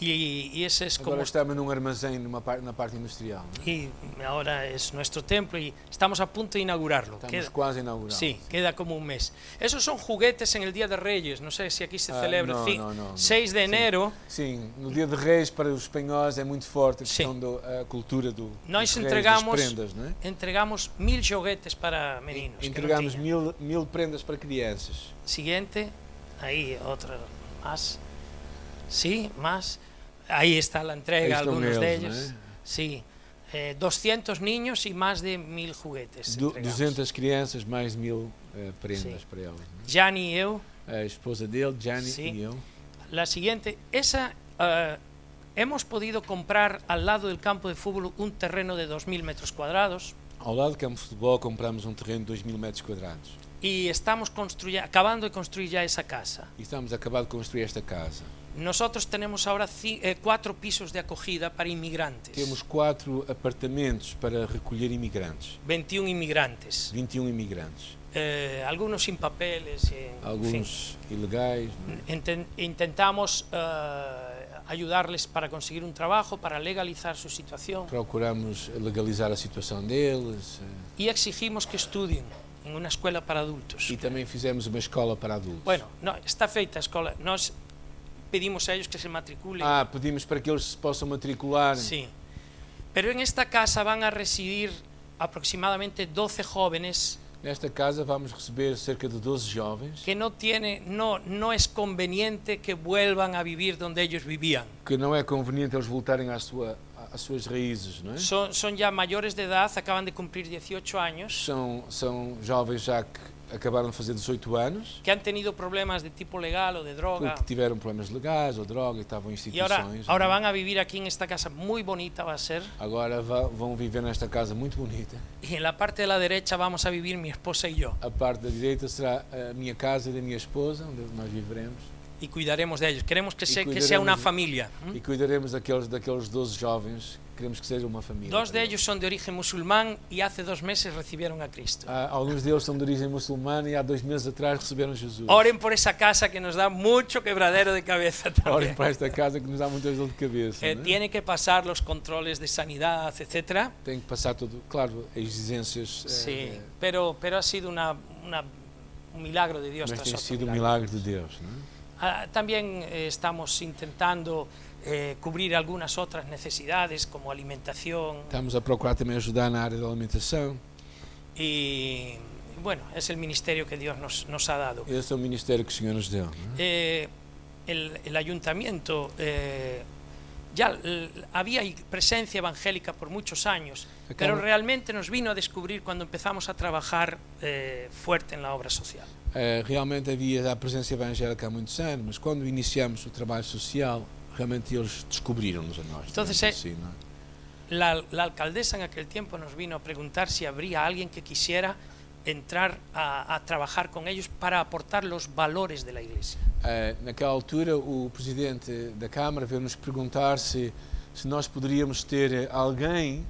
Speaker 1: y, y ese es como
Speaker 2: Agora estamos num armazém numa par- na parte industrial. não é?
Speaker 1: y ahora es nuestro templo y estamos a punto de inaugurarlo.
Speaker 2: Estamos
Speaker 1: Queda-
Speaker 2: quase inaugurados.
Speaker 1: Sí, queda como un mes. Esos son juguetes en el Día de Reyes. No sé si aquí se
Speaker 2: Ah,
Speaker 1: celebra.
Speaker 2: no,
Speaker 1: Ci-
Speaker 2: no, no, no.
Speaker 1: 6 de
Speaker 2: Sí.
Speaker 1: enero.
Speaker 2: Sim, no dia de reis para os espanhóis é muito forte a
Speaker 1: Sim.
Speaker 2: questão da a cultura do
Speaker 1: Nós
Speaker 2: dos reis,
Speaker 1: entregamos-
Speaker 2: das prendas, não é?
Speaker 1: Entregamos mil juguetes para meninos. que no
Speaker 2: Entregamos
Speaker 1: tienen.
Speaker 2: mil, mil prendas para crianças.
Speaker 1: Siguiente. Ahí, otra más. Sí, más. Ahí está la entrega,
Speaker 2: Aí estão
Speaker 1: algunos de
Speaker 2: eles,
Speaker 1: ellos.
Speaker 2: não é?
Speaker 1: Sí. Eh, 200 niños y más de mil juguetes.
Speaker 2: Du-
Speaker 1: entregamos.
Speaker 2: 200 crianças, mais mil eh, prendas
Speaker 1: Sim.
Speaker 2: para elas. não
Speaker 1: Jan y yo.
Speaker 2: é? A esposa dele, Gianni
Speaker 1: Sim.
Speaker 2: e eu.
Speaker 1: La siguiente. Esa. eh, Hemos podido comprar al lado del campo de fútbol un terreno de 2.000 metros cuadrados.
Speaker 2: Ao lado do campo de futebol compramos um terreno de 2 mil metros quadrados
Speaker 1: y estamos construy- acabando de construir ya esa casa.
Speaker 2: e estamos a acabar de construir esta casa.
Speaker 1: Nosotros tenemos ahora ci- eh, cuatro pisos de acogida para inmigrantes,
Speaker 2: Temos quatro apartamentos para recolher imigrantes,
Speaker 1: 21 inmigrantes,
Speaker 2: 21 imigrantes,
Speaker 1: eh, algunos sin papeles, eh, en fin.
Speaker 2: alguns ilegais. não é?
Speaker 1: Inten- intentamos eh, ayudarles para conseguir un trabajo, para legalizar su situación
Speaker 2: Procuramos legalizar a situação deles eh,
Speaker 1: y exigimos que estudien en una escuela para adultos.
Speaker 2: e também fizemos uma escola para adultos.
Speaker 1: Bueno, no, está feita a escuela. Nos pedimos a ellos que se matriculen.
Speaker 2: Ah, pedimos para que eles se possam matricular.
Speaker 1: Sí. Pero en esta casa van a residir aproximadamente 12 jóvenes
Speaker 2: Nesta casa vamos receber cerca de 12 jovens
Speaker 1: que no tiene no no es conveniente que vuelvan a vivir donde ellos vivían.
Speaker 2: que não é conveniente eles voltarem à sua, às suas raízes, não é?
Speaker 1: Son, son ya mayores de edad, acaban de cumplir 18 años,
Speaker 2: São, são jovens já que acabaram de fazer 18 anos,
Speaker 1: que han tenido problemas de tipo legal o de droga
Speaker 2: porque tiveram problemas legais ou droga e estavam em
Speaker 1: y ahora
Speaker 2: instituições.
Speaker 1: ahora
Speaker 2: não é?
Speaker 1: van a vivir aquí en esta casa muy bonita va a ser
Speaker 2: Agora va- vão viver nesta casa muito bonita.
Speaker 1: y en la parte de la derecha vamos a vivir mi esposa y yo
Speaker 2: A parte da direita será a minha casa e da minha esposa, onde nós viveremos,
Speaker 1: y cuidaremos de ellos. Queremos que,
Speaker 2: Y
Speaker 1: se- que sea
Speaker 2: cuidaremos
Speaker 1: una
Speaker 2: de-
Speaker 1: familia. ¿m?
Speaker 2: e cuidaremos daqueles, daqueles 12 jovens. Queremos que seja uma família.
Speaker 1: Dos
Speaker 2: para
Speaker 1: de
Speaker 2: eles.
Speaker 1: ellos son de origen musulmán y hace dos meses recibieron a Cristo.
Speaker 2: Ah, alguns deles são de origem muçulmana e há dois meses atrás receberam Jesus.
Speaker 1: Oren por esa casa que nos da mucho quebradero de cabeza
Speaker 2: Orem
Speaker 1: también.
Speaker 2: para esta casa que nos dá muitas dor de cabeça.
Speaker 1: Eh,
Speaker 2: não é?
Speaker 1: tiene que pasar los controles de sanidad, etcétera.
Speaker 2: Tem que passar tudo, claro, as exigências. eh,
Speaker 1: Sí,
Speaker 2: eh,
Speaker 1: pero, pero ha sido una, una- un milagro de Dios.
Speaker 2: mas
Speaker 1: tras
Speaker 2: tem
Speaker 1: otro
Speaker 2: sido um
Speaker 1: milagro.
Speaker 2: milagre de Deus. Não é?
Speaker 1: Ah, también eh, estamos intentando eh, cubrir algunas otras necesidades como alimentación
Speaker 2: Estamos a procurar também ajudar na área da alimentação.
Speaker 1: y bueno, es el ministerio que Dios nos, nos ha dado.
Speaker 2: Esse é o ministério que o Senhor nos deu. não é?
Speaker 1: Eh, el, el ayuntamiento eh, ya l- había i- presencia evangélica por muchos años,
Speaker 2: Acá-
Speaker 1: pero realmente nos vino a descubrir cuando empezamos a trabajar eh, fuerte en la obra social.
Speaker 2: Eh, realmente havia a presença evangélica há muitos anos, mas quando iniciamos o trabalho social, realmente eles descobriram-nos a nós.
Speaker 1: Então,
Speaker 2: digamos
Speaker 1: se-
Speaker 2: assim, não é?
Speaker 1: La, la alcaldesa en aquel tiempo nos vino a preguntar si habría alguien que quisiera entrar a, a trabajar con ellos para aportar los valores de la iglesia.
Speaker 2: Eh, naquela altura, o presidente da Câmara veio-nos perguntar se, se nós poderíamos ter eh, alguém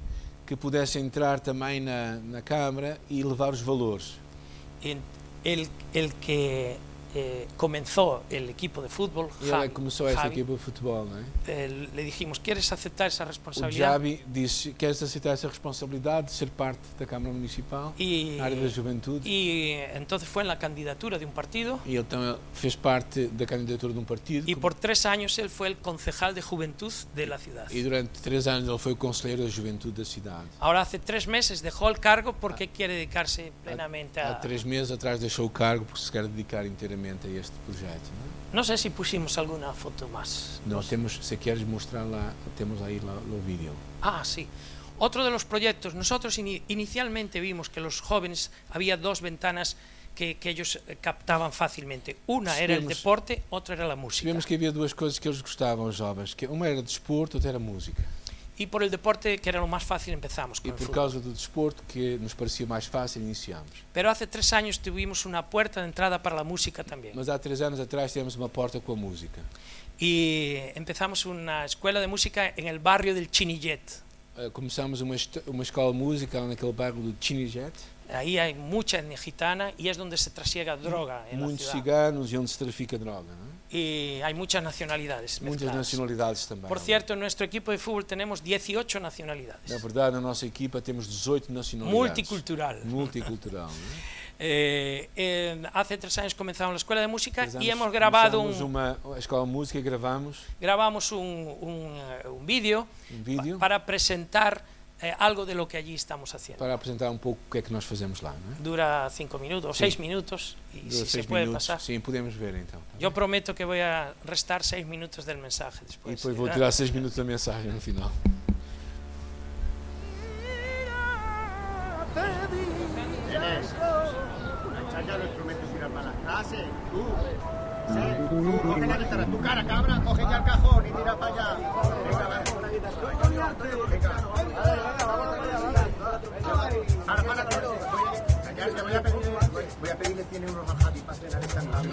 Speaker 2: que pudesse entrar também na, na Câmara e levar os valores.
Speaker 1: En- El, el que eh, comenzó el equipo de fútbol,
Speaker 2: E ela
Speaker 1: Javi-
Speaker 2: começou essa
Speaker 1: Javi,
Speaker 2: equipa de futebol, não é?
Speaker 1: eh, le dijimos, ¿quieres aceptar esa
Speaker 2: O
Speaker 1: responsabilidad?
Speaker 2: Javi disse: Queres aceitar essa responsabilidade de ser parte da Câmara Municipal,
Speaker 1: Y,
Speaker 2: na área da juventude?
Speaker 1: y entonces fue en la candidatura de un partido
Speaker 2: E ele então fez parte da candidatura de um partido.
Speaker 1: y por tres años él fue el concejal de juventud de la ciudad.
Speaker 2: E durante três anos ele foi o conselheiro da juventude da cidade.
Speaker 1: Ahora hace tres meses dejó el cargo porque quiere dedicarse plenamente
Speaker 2: Há
Speaker 1: Ah. a...
Speaker 2: três meses atrás deixou o cargo porque se quer dedicar inteiramente a este projeto. Não é?
Speaker 1: No sé si pusimos alguna foto más.
Speaker 2: Nós temos, se queres mostrar lá, temos aí lá o vídeo.
Speaker 1: Ah, sí. Otro de los proyectos, nosotros ini- inicialmente vimos que los jóvenes había dos ventanas que, que ellos eh, captaban fácilmente. Una era el
Speaker 2: Vemos-
Speaker 1: deporte, otra era la música.
Speaker 2: Tivemos que havia duas coisas que eles gostavam, os jovens, que uma era desporto, outra era música.
Speaker 1: Y por el deporte, que era lo más fácil, empezamos con
Speaker 2: E
Speaker 1: el
Speaker 2: por
Speaker 1: fútbol.
Speaker 2: causa do desporto, que nos parecia mais fácil, iniciámos.
Speaker 1: Pero hace tres años tuvimos una puerta de entrada para la música también.
Speaker 2: Mas há três anos atrás tivemos uma porta com a música.
Speaker 1: Y empezamos una escuela de música en el barrio del Chinillet.
Speaker 2: Eh, Começámos uma, est- uma escola de música lá naquele bairro do Chinijet,
Speaker 1: Ahí hay mucha etnia gitana y es donde se trasiega droga en la
Speaker 2: muitos
Speaker 1: ciudad.
Speaker 2: ciganos e onde se trafica droga, não é?
Speaker 1: Y hay muchas nacionalidades.
Speaker 2: Muitas
Speaker 1: mezcladas.
Speaker 2: nacionalidades também.
Speaker 1: É Por cierto, en nuestro equipo de fútbol tenemos 18 nacionalidades.
Speaker 2: Na verdade, na nossa equipa temos 18 nacionalidades.
Speaker 1: multicultural.
Speaker 2: Multicultural. não é?
Speaker 1: Eh, en- hace tres años comenzamos la escuela de música
Speaker 2: Três anos
Speaker 1: y hemos um- grabado
Speaker 2: começámos
Speaker 1: un,
Speaker 2: uma a escola de música e gravamos
Speaker 1: grabamos un, un, eh, un vídeo
Speaker 2: um vídeo.
Speaker 1: para presentar eh, algo de lo que allí estamos haciendo.
Speaker 2: para apresentar um pouco o que é que nós fazemos lá, não é?
Speaker 1: Dura cinco minutos,
Speaker 2: Sí.
Speaker 1: seis minutos y
Speaker 2: Dura
Speaker 1: si se
Speaker 2: seis
Speaker 1: puede
Speaker 2: minutos.
Speaker 1: pasar.
Speaker 2: Sim, podemos ver então. tá
Speaker 1: Yo
Speaker 2: bem?
Speaker 1: prometo que voy a restar seis minutos del mensaje
Speaker 2: e
Speaker 1: después.
Speaker 2: depois vou
Speaker 1: ¿verdad?
Speaker 2: tirar seis minutos da mensagem no final.
Speaker 3: Tienes una chacha de instrumentos y armas las clases. Tú. Sí. Tú, coge la guitarra. Tu cara, cabra. Coge ya el cajón y tira para allá. Venga, va. Ahora, párate. Voy a- ya, Te voy a pedir, voy a pedirle 100 euros a Javi para cenar esta tarde.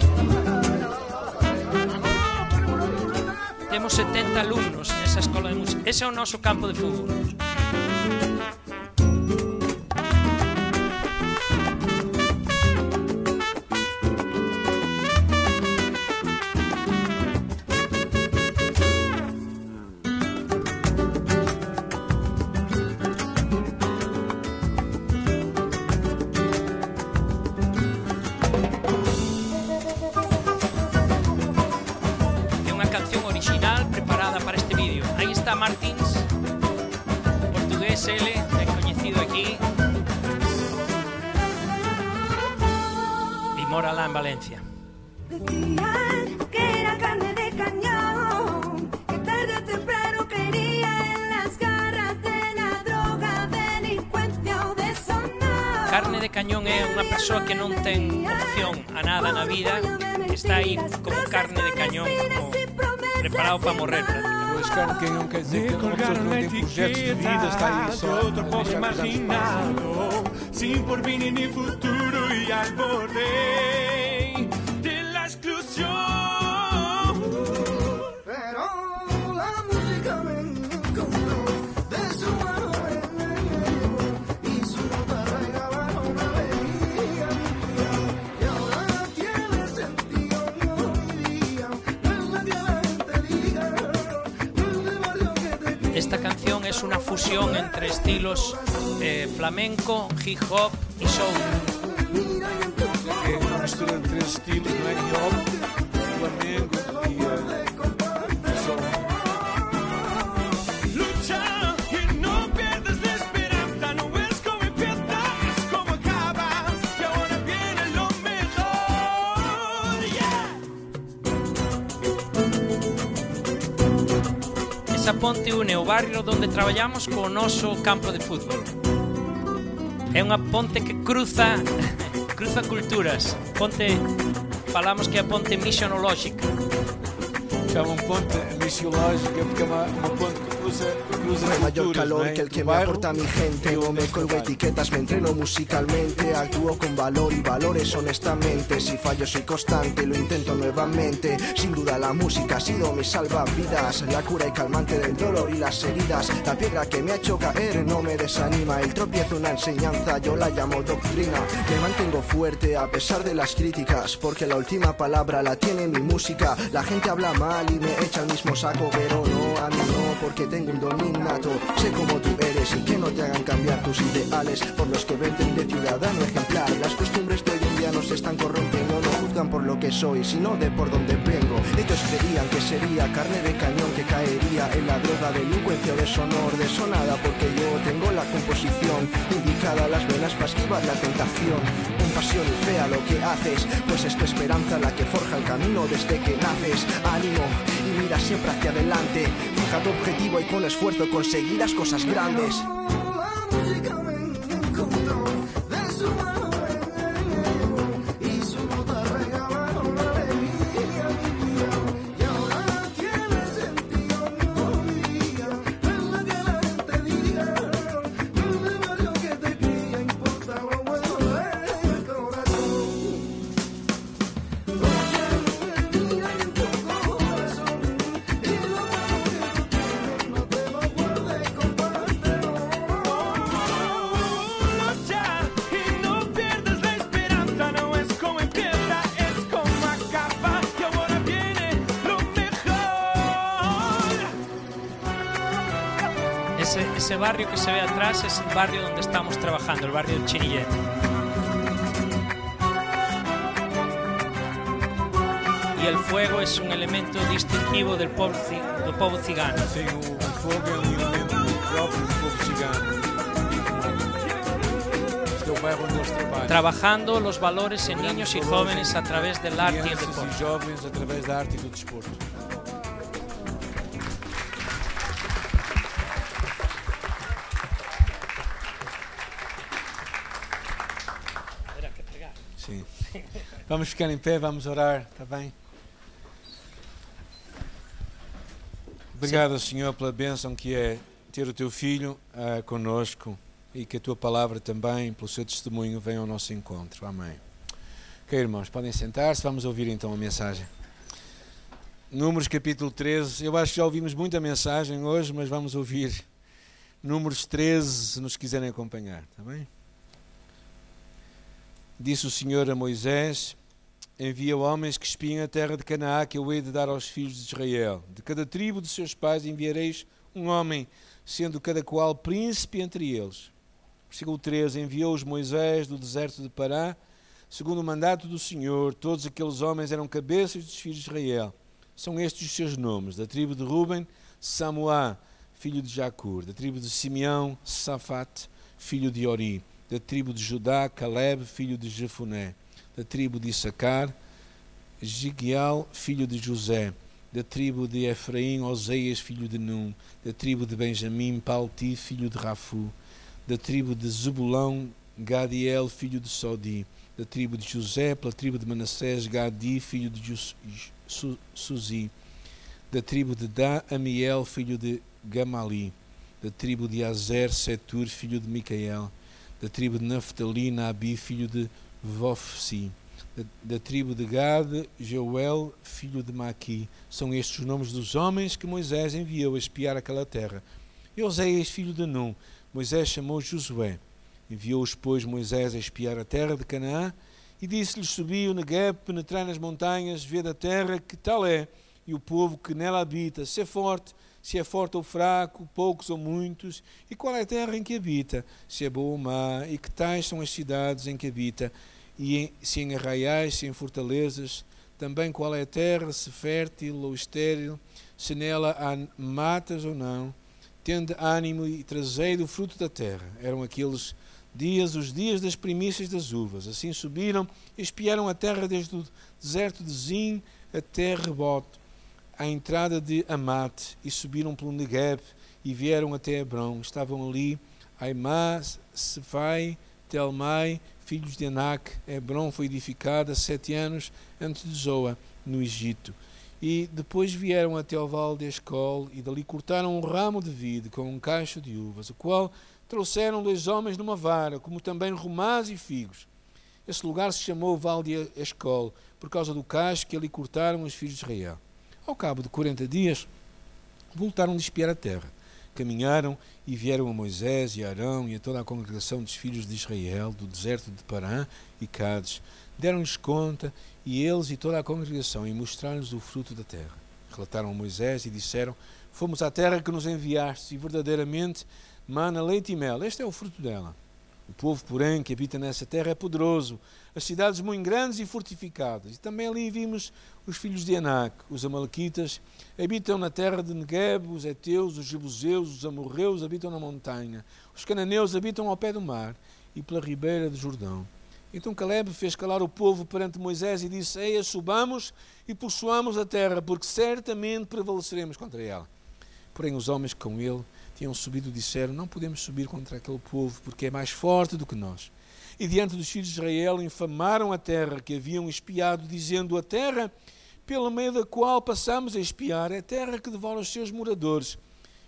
Speaker 1: Tenemos 70 alumnos en esa escuela de música. Ese es nuestro campo de fútbol. Es una canción original preparada para este vídeo. Ahí está Martins. Por PSL, descoñecido aquí. Y Moralá en Valencia.
Speaker 4: Decían que era carne de cañón, que tarde o temprano quería en las garras de la droga, delincuencia ou desonor.
Speaker 1: Carne de cañón é unha persoa que non ten opción a nada na vida, que está aí como carne de cañón, como preparado para morrer. prácticamente.
Speaker 2: Pois, cara, quem não quer dizer
Speaker 5: Me
Speaker 2: que uma pessoa que
Speaker 5: colgaron
Speaker 2: não
Speaker 5: la
Speaker 2: tem projetos de vida está
Speaker 5: etiqueta
Speaker 2: aí
Speaker 5: de
Speaker 2: só
Speaker 5: otro
Speaker 2: a deixar que
Speaker 5: poco
Speaker 2: os anos passem.
Speaker 5: imaginado, sin por mí ni futuro y al borde de la exclusión.
Speaker 6: Pero la música me encontró de su mano en el medio y su nota regaba una alegría vivía y ahora tiene sentido no vivía no es la gente liga no es barrio que te
Speaker 1: Esta canción es una fusión entre estilos eh, flamenco, hip hop y soul.
Speaker 2: É uma mistura de três estilos, não é? Hip hop, Flamengo e eh, e soul.
Speaker 5: Lucha y no pierdes la esperanza, no es como empieza, es como acaba, y ahora viene lo mejor. Yeah.
Speaker 1: Esa ponte une o barrio onde traballamos co noso campo de fútbol. É unha ponte que cruza <laughs> cruza culturas. Ponte falamos que é a ponte misionolóxica.
Speaker 2: Chamam É um ponte missiológica porque é uma, uma ponte que cruza, cruza
Speaker 6: No hay mayor
Speaker 2: culturas, não
Speaker 6: calor
Speaker 2: é?
Speaker 6: que el que
Speaker 2: Do
Speaker 6: me
Speaker 2: bairro
Speaker 6: aporta mi
Speaker 2: e é
Speaker 6: gente.
Speaker 2: do
Speaker 6: No me
Speaker 2: nosso
Speaker 6: colgo
Speaker 2: trabalho.
Speaker 6: etiquetas, me entreno musicalmente. Actúo con valor y valores honestamente. Si fallo, soy constante, lo intento nuevamente. Sin duda, la música ha sido mi salvavidas. La cura y calmante del dolor y las heridas. La piedra que me ha hecho caer no me desanima. El tropiezo, una enseñanza, yo la llamo doctrina. Me mantengo fuerte a pesar de las críticas, porque la última palabra la tiene mi música. La gente habla mal y me echa al mismo saco, pero no, a mí no, porque tengo un don innato. Sé cómo tú eres y que no te hagan cambiar tus ideales por los que venden de ciudadano ejemplar. Las costumbres de hoy en día nos están corrompiendo, no juzgan por lo que soy, sino de por dónde vengo. Ellos creían que sería carne de cañón que caería en la droga, delincuencia o deshonor, deshonada porque yo tengo la composición indicada a las venas para esquivar la tentación. Compasión y fe a lo que haces, pues es tu esperanza la que forja el camino desde que naces. Ánimo y mira siempre hacia adelante. Fija tu objetivo y con esfuerzo conseguirás cosas grandes.
Speaker 4: La música me encontró de su mano en el medio, y su nota regalaba una alegría vivía, y ahora tiene sentido no vivía, no es lo que la gente diga, no es más lo que te cría, importa lo bueno del corazón.
Speaker 5: Lucha y no pierdes la esperanza, no es como empieza, es como acaba y ahora viene lo mejor.
Speaker 1: Ese, ese barrio que se ve atrás es el barrio donde estamos trabajando, el barrio del Chinillet. Y el fuego es un elemento distintivo del pueblo, ci- do povo cigano.
Speaker 2: Tem o, o fogo é um elemento próprio do povo cigano. Este é o bairro onde eles trabalham.
Speaker 1: Trabajando los valores en niños y jóvenes a través del arte y el
Speaker 2: Crianças
Speaker 1: deporte.
Speaker 2: e jovens através da arte e do desporto. Sim. Vamos ficar em pé, vamos orar, está bem? Obrigado, Senhor, pela bênção que é ter o teu filho ah, conosco e que a tua palavra também, pelo seu testemunho, venha ao nosso encontro. Amém. Ok, irmãos, podem sentar-se, vamos ouvir então a mensagem. Números capítulo 13, eu acho que já ouvimos muita mensagem hoje, mas vamos ouvir Números 13, se nos quiserem acompanhar, está bem? Disse o Senhor a Moisés: Envia homens que espiem a terra de Canaã, que eu hei de dar aos filhos de Israel. De cada tribo de seus pais enviareis um homem, sendo cada qual príncipe entre eles. Versículo 13: Enviou-os Moisés do deserto de Pará, segundo o mandato do Senhor, todos aqueles homens eram cabeças dos filhos de Israel. São estes os seus nomes: da tribo de Ruben, Samuá, filho de Jacur, da tribo de Simeão, Safat, filho de Ori, da tribo de Judá, Caleb, filho de Jefuné, da tribo de Issacar, Gigial, filho de José, da tribo de Efraim, Oseias, filho de Num, da tribo de Benjamim, Palti, filho de Rafu, da tribo de Zebulão, Gadiel, filho de Sodi, da tribo de José, pela tribo de Manassés, Gadi, filho de Jus- Su- Suzi, da tribo de Dan, Amiel, filho de Gamali, da tribo de Azer, Setur, filho de Micael, da tribo de Naftali, Nabi, filho de Vofsi, da, da tribo de Gad, Joel, filho de Maqui. São estes os nomes dos homens que Moisés enviou a espiar aquela terra. E Oséias, filho de Num, Moisés chamou Josué. Enviou-os, pois, Moisés a espiar a terra de Canaã, e disse-lhes, subi o Negueb, penetrai nas montanhas, vê da terra que tal é, e o povo que nela habita, se é forte, se é forte ou fraco, poucos ou muitos, e qual é a terra em que habita, se é boa ou má, e que tais são as cidades em que habita, e em- se em arraiais, se em fortalezas, também qual é a terra, se fértil ou estéril, se nela há matas ou não, tende ânimo e trazei do fruto da terra. Eram aqueles dias, os dias das primícias das uvas. Assim subiram, e espiaram a terra desde o deserto de Zin até Rebote, à entrada de Amate, e subiram pelo Negev, e vieram até Hebron. Estavam ali Aimá, Sefai, Telmai, filhos de Anak. Hebron foi edificada sete anos antes de Zoa, no Egito. E depois vieram até ao vale de Escol, e dali cortaram um ramo de vide com um cacho de uvas, o qual trouxeram dois homens numa vara, como também romãs e figos. Esse lugar se chamou Vale de Escol, por causa do cacho que ali cortaram os filhos de Israel. Ao cabo de quarenta dias, voltaram de espiar a terra. Caminharam e vieram a Moisés e a Arão e a toda a congregação dos filhos de Israel, do deserto de Parã e Cades. Deram-lhes conta, e eles e toda a congregação, e mostraram-lhes o fruto da terra. Relataram a Moisés e disseram: Fomos à terra que nos enviaste, e verdadeiramente mana leite e mel. Este é o fruto dela. O povo, porém, que habita nessa terra é poderoso, as cidades muito grandes e fortificadas. E também ali vimos os filhos de Anak, os Amalequitas, habitam na terra de Negueb, os Eteus, os Jebuseus, os Amorreus habitam na montanha, os Cananeus habitam ao pé do mar e pela ribeira do Jordão. Então Caleb fez calar o povo perante Moisés e disse: Eia, subamos e possuamos a terra, porque certamente prevaleceremos contra ela. Porém, os homens que com ele tinham subido e disseram: Não podemos subir contra aquele povo, porque é mais forte do que nós. E diante dos filhos de Israel infamaram a terra que haviam espiado, dizendo: A terra pelo meio da qual passamos a espiar é a terra que devora os seus moradores.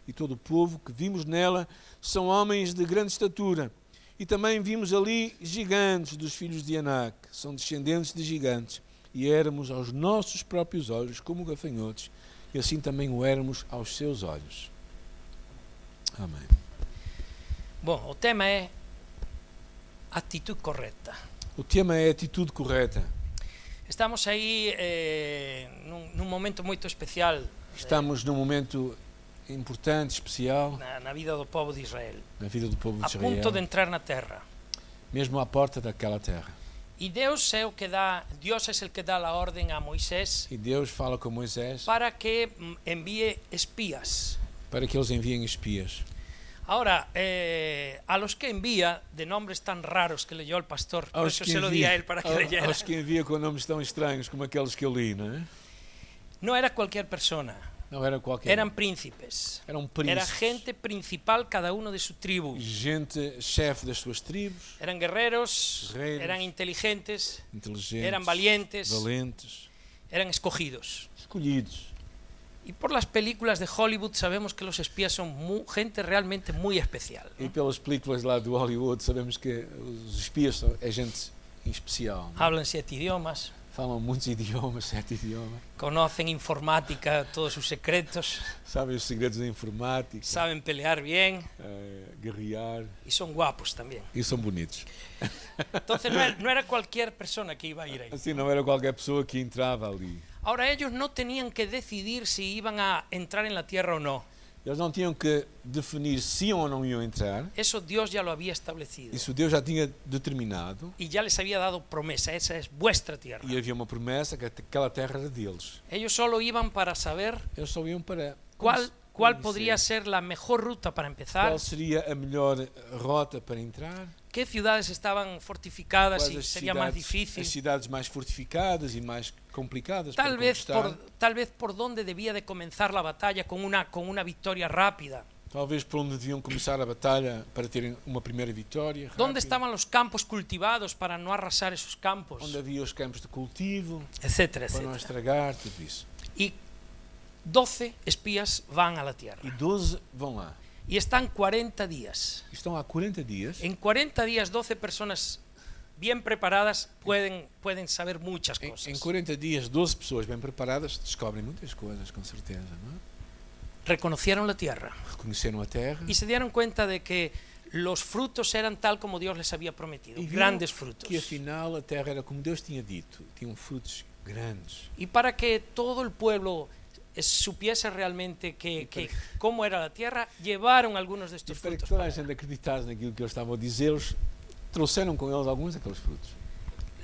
Speaker 2: E todo o povo que vimos nela são homens de grande estatura. E também vimos ali gigantes dos filhos de Anak, são descendentes de gigantes. E éramos aos nossos próprios olhos como gafanhotos, e assim também o éramos aos seus olhos. Amém.
Speaker 1: Bom, o tema é atitude correcta.
Speaker 2: O tema é a atitude correta.
Speaker 1: Estamos aí eh, nun, nun momento moito especial
Speaker 2: Estamos num momento importante, especial,
Speaker 1: na, na vida do povo de Israel.
Speaker 2: na vida do povo de
Speaker 1: A punto de
Speaker 2: Israel,
Speaker 1: entrar na terra.
Speaker 2: mesmo à porta daquela terra.
Speaker 1: E Deus é o que dá, Dios es el que dá a orden a Moisés
Speaker 2: E Deus fala com Moisés
Speaker 1: para que mm, envíe espías.
Speaker 2: para que eles enviem espias.
Speaker 1: Ahora, eh, a los que envía, de nombres tan raros que leyó el pastor, por
Speaker 2: Aos
Speaker 1: eso
Speaker 2: que
Speaker 1: se lo di a él para que
Speaker 2: ao-
Speaker 1: leyera,
Speaker 2: aos que envia com nomes tão estranhos como aqueles que eu li, não é?
Speaker 1: no era cualquier persona,
Speaker 2: Não era qualquer. um
Speaker 1: eran príncipes.
Speaker 2: eram
Speaker 1: Era
Speaker 2: príncipes.
Speaker 1: gente principal cada uno de su tribu.
Speaker 2: gente chefe das suas tribos,
Speaker 1: Eran guerreros,
Speaker 2: Guerreiros.
Speaker 1: eran inteligentes,
Speaker 2: inteligentes,
Speaker 1: eran valientes,
Speaker 2: valentes,
Speaker 1: eran escogidos.
Speaker 2: escolhidos.
Speaker 1: Y por las películas de Hollywood sabemos que los espías son mu- gente realmente muy especial.
Speaker 2: E pelas películas lá do Hollywood sabemos que os espias são, é gente em especial. não é?
Speaker 1: Hablan siete idiomas,
Speaker 2: Falam muitos <laughs> idiomas, sete idiomas,
Speaker 1: conocen informática, todos sus secretos,
Speaker 2: sabem os segredos da informática,
Speaker 1: saben pelear bien
Speaker 2: eh, guerrear
Speaker 1: y son guapos también.
Speaker 2: e são bonitos.
Speaker 1: Entonces no era, no era cualquier persona que iba a ir ahí.
Speaker 2: Assim não era qualquer pessoa que entrava ali.
Speaker 1: Ahora ellos no tenían que decidir si iban a entrar en la tierra o no.
Speaker 2: Eles não tinham que definir se iam ou não iam entrar.
Speaker 1: Eso Dios ya lo había establecido.
Speaker 2: Isso Deus já tinha determinado
Speaker 1: Y ya les había dado promesa, esa es vuestra tierra.
Speaker 2: e havia uma promessa que aquela terra era deles.
Speaker 1: Ellos solo iban para saber
Speaker 2: Eles só iam para
Speaker 1: cuál ¿Cuál podría ser la mejor ruta para empezar?
Speaker 2: Qual seria a melhor rota para entrar?
Speaker 1: ¿Qué ciudades estaban fortificadas
Speaker 2: Quais
Speaker 1: y
Speaker 2: as
Speaker 1: sería más
Speaker 2: cidades, as
Speaker 1: difícil?
Speaker 2: cidades mais fortificadas e mais complicadas
Speaker 1: Tal
Speaker 2: para
Speaker 1: vez, por,
Speaker 2: conquistar?
Speaker 1: tal vez por dónde debía de comenzar la batalla con una, con una victoria rápida.
Speaker 2: Talvez por onde deviam começar a batalha para terem uma primeira vitória.
Speaker 1: ¿Dónde
Speaker 2: rápida?
Speaker 1: estaban los campos cultivados para no arrasar esos
Speaker 2: Onde
Speaker 1: campos?
Speaker 2: havia os campos de cultivo
Speaker 1: Etcétera,
Speaker 2: para
Speaker 1: etcétera.
Speaker 2: não estragar tudo isso.
Speaker 1: Y 12 espías van a la
Speaker 2: E
Speaker 1: tierra
Speaker 2: 12 vão lá.
Speaker 1: y están 40 días.
Speaker 2: Estão há 40 dias.
Speaker 1: En 40 días, 12 personas bien preparadas pueden, pueden saber muchas
Speaker 2: Em, em
Speaker 1: cosas.
Speaker 2: 40 dias, 12 pessoas bem preparadas descobrem muitas coisas, com certeza. Não é?
Speaker 1: Reconocieron la tierra
Speaker 2: Reconheceram a terra
Speaker 1: y se dieron cuenta de que los frutos eran tal como Dios les había prometido,
Speaker 2: e viram
Speaker 1: grandes frutos.
Speaker 2: que afinal a terra era como Deus tinha dito, tinham frutos grandes.
Speaker 1: Y para que todo el pueblo eh, supiese realmente que, que cómo era la tierra, llevaron algunos de
Speaker 2: E
Speaker 1: estos
Speaker 2: para que
Speaker 1: frutos.
Speaker 2: toda a
Speaker 1: para-
Speaker 2: gente acreditasse naquilo que eles estavam a dizer, eles trouxeram com eles alguns daqueles frutos.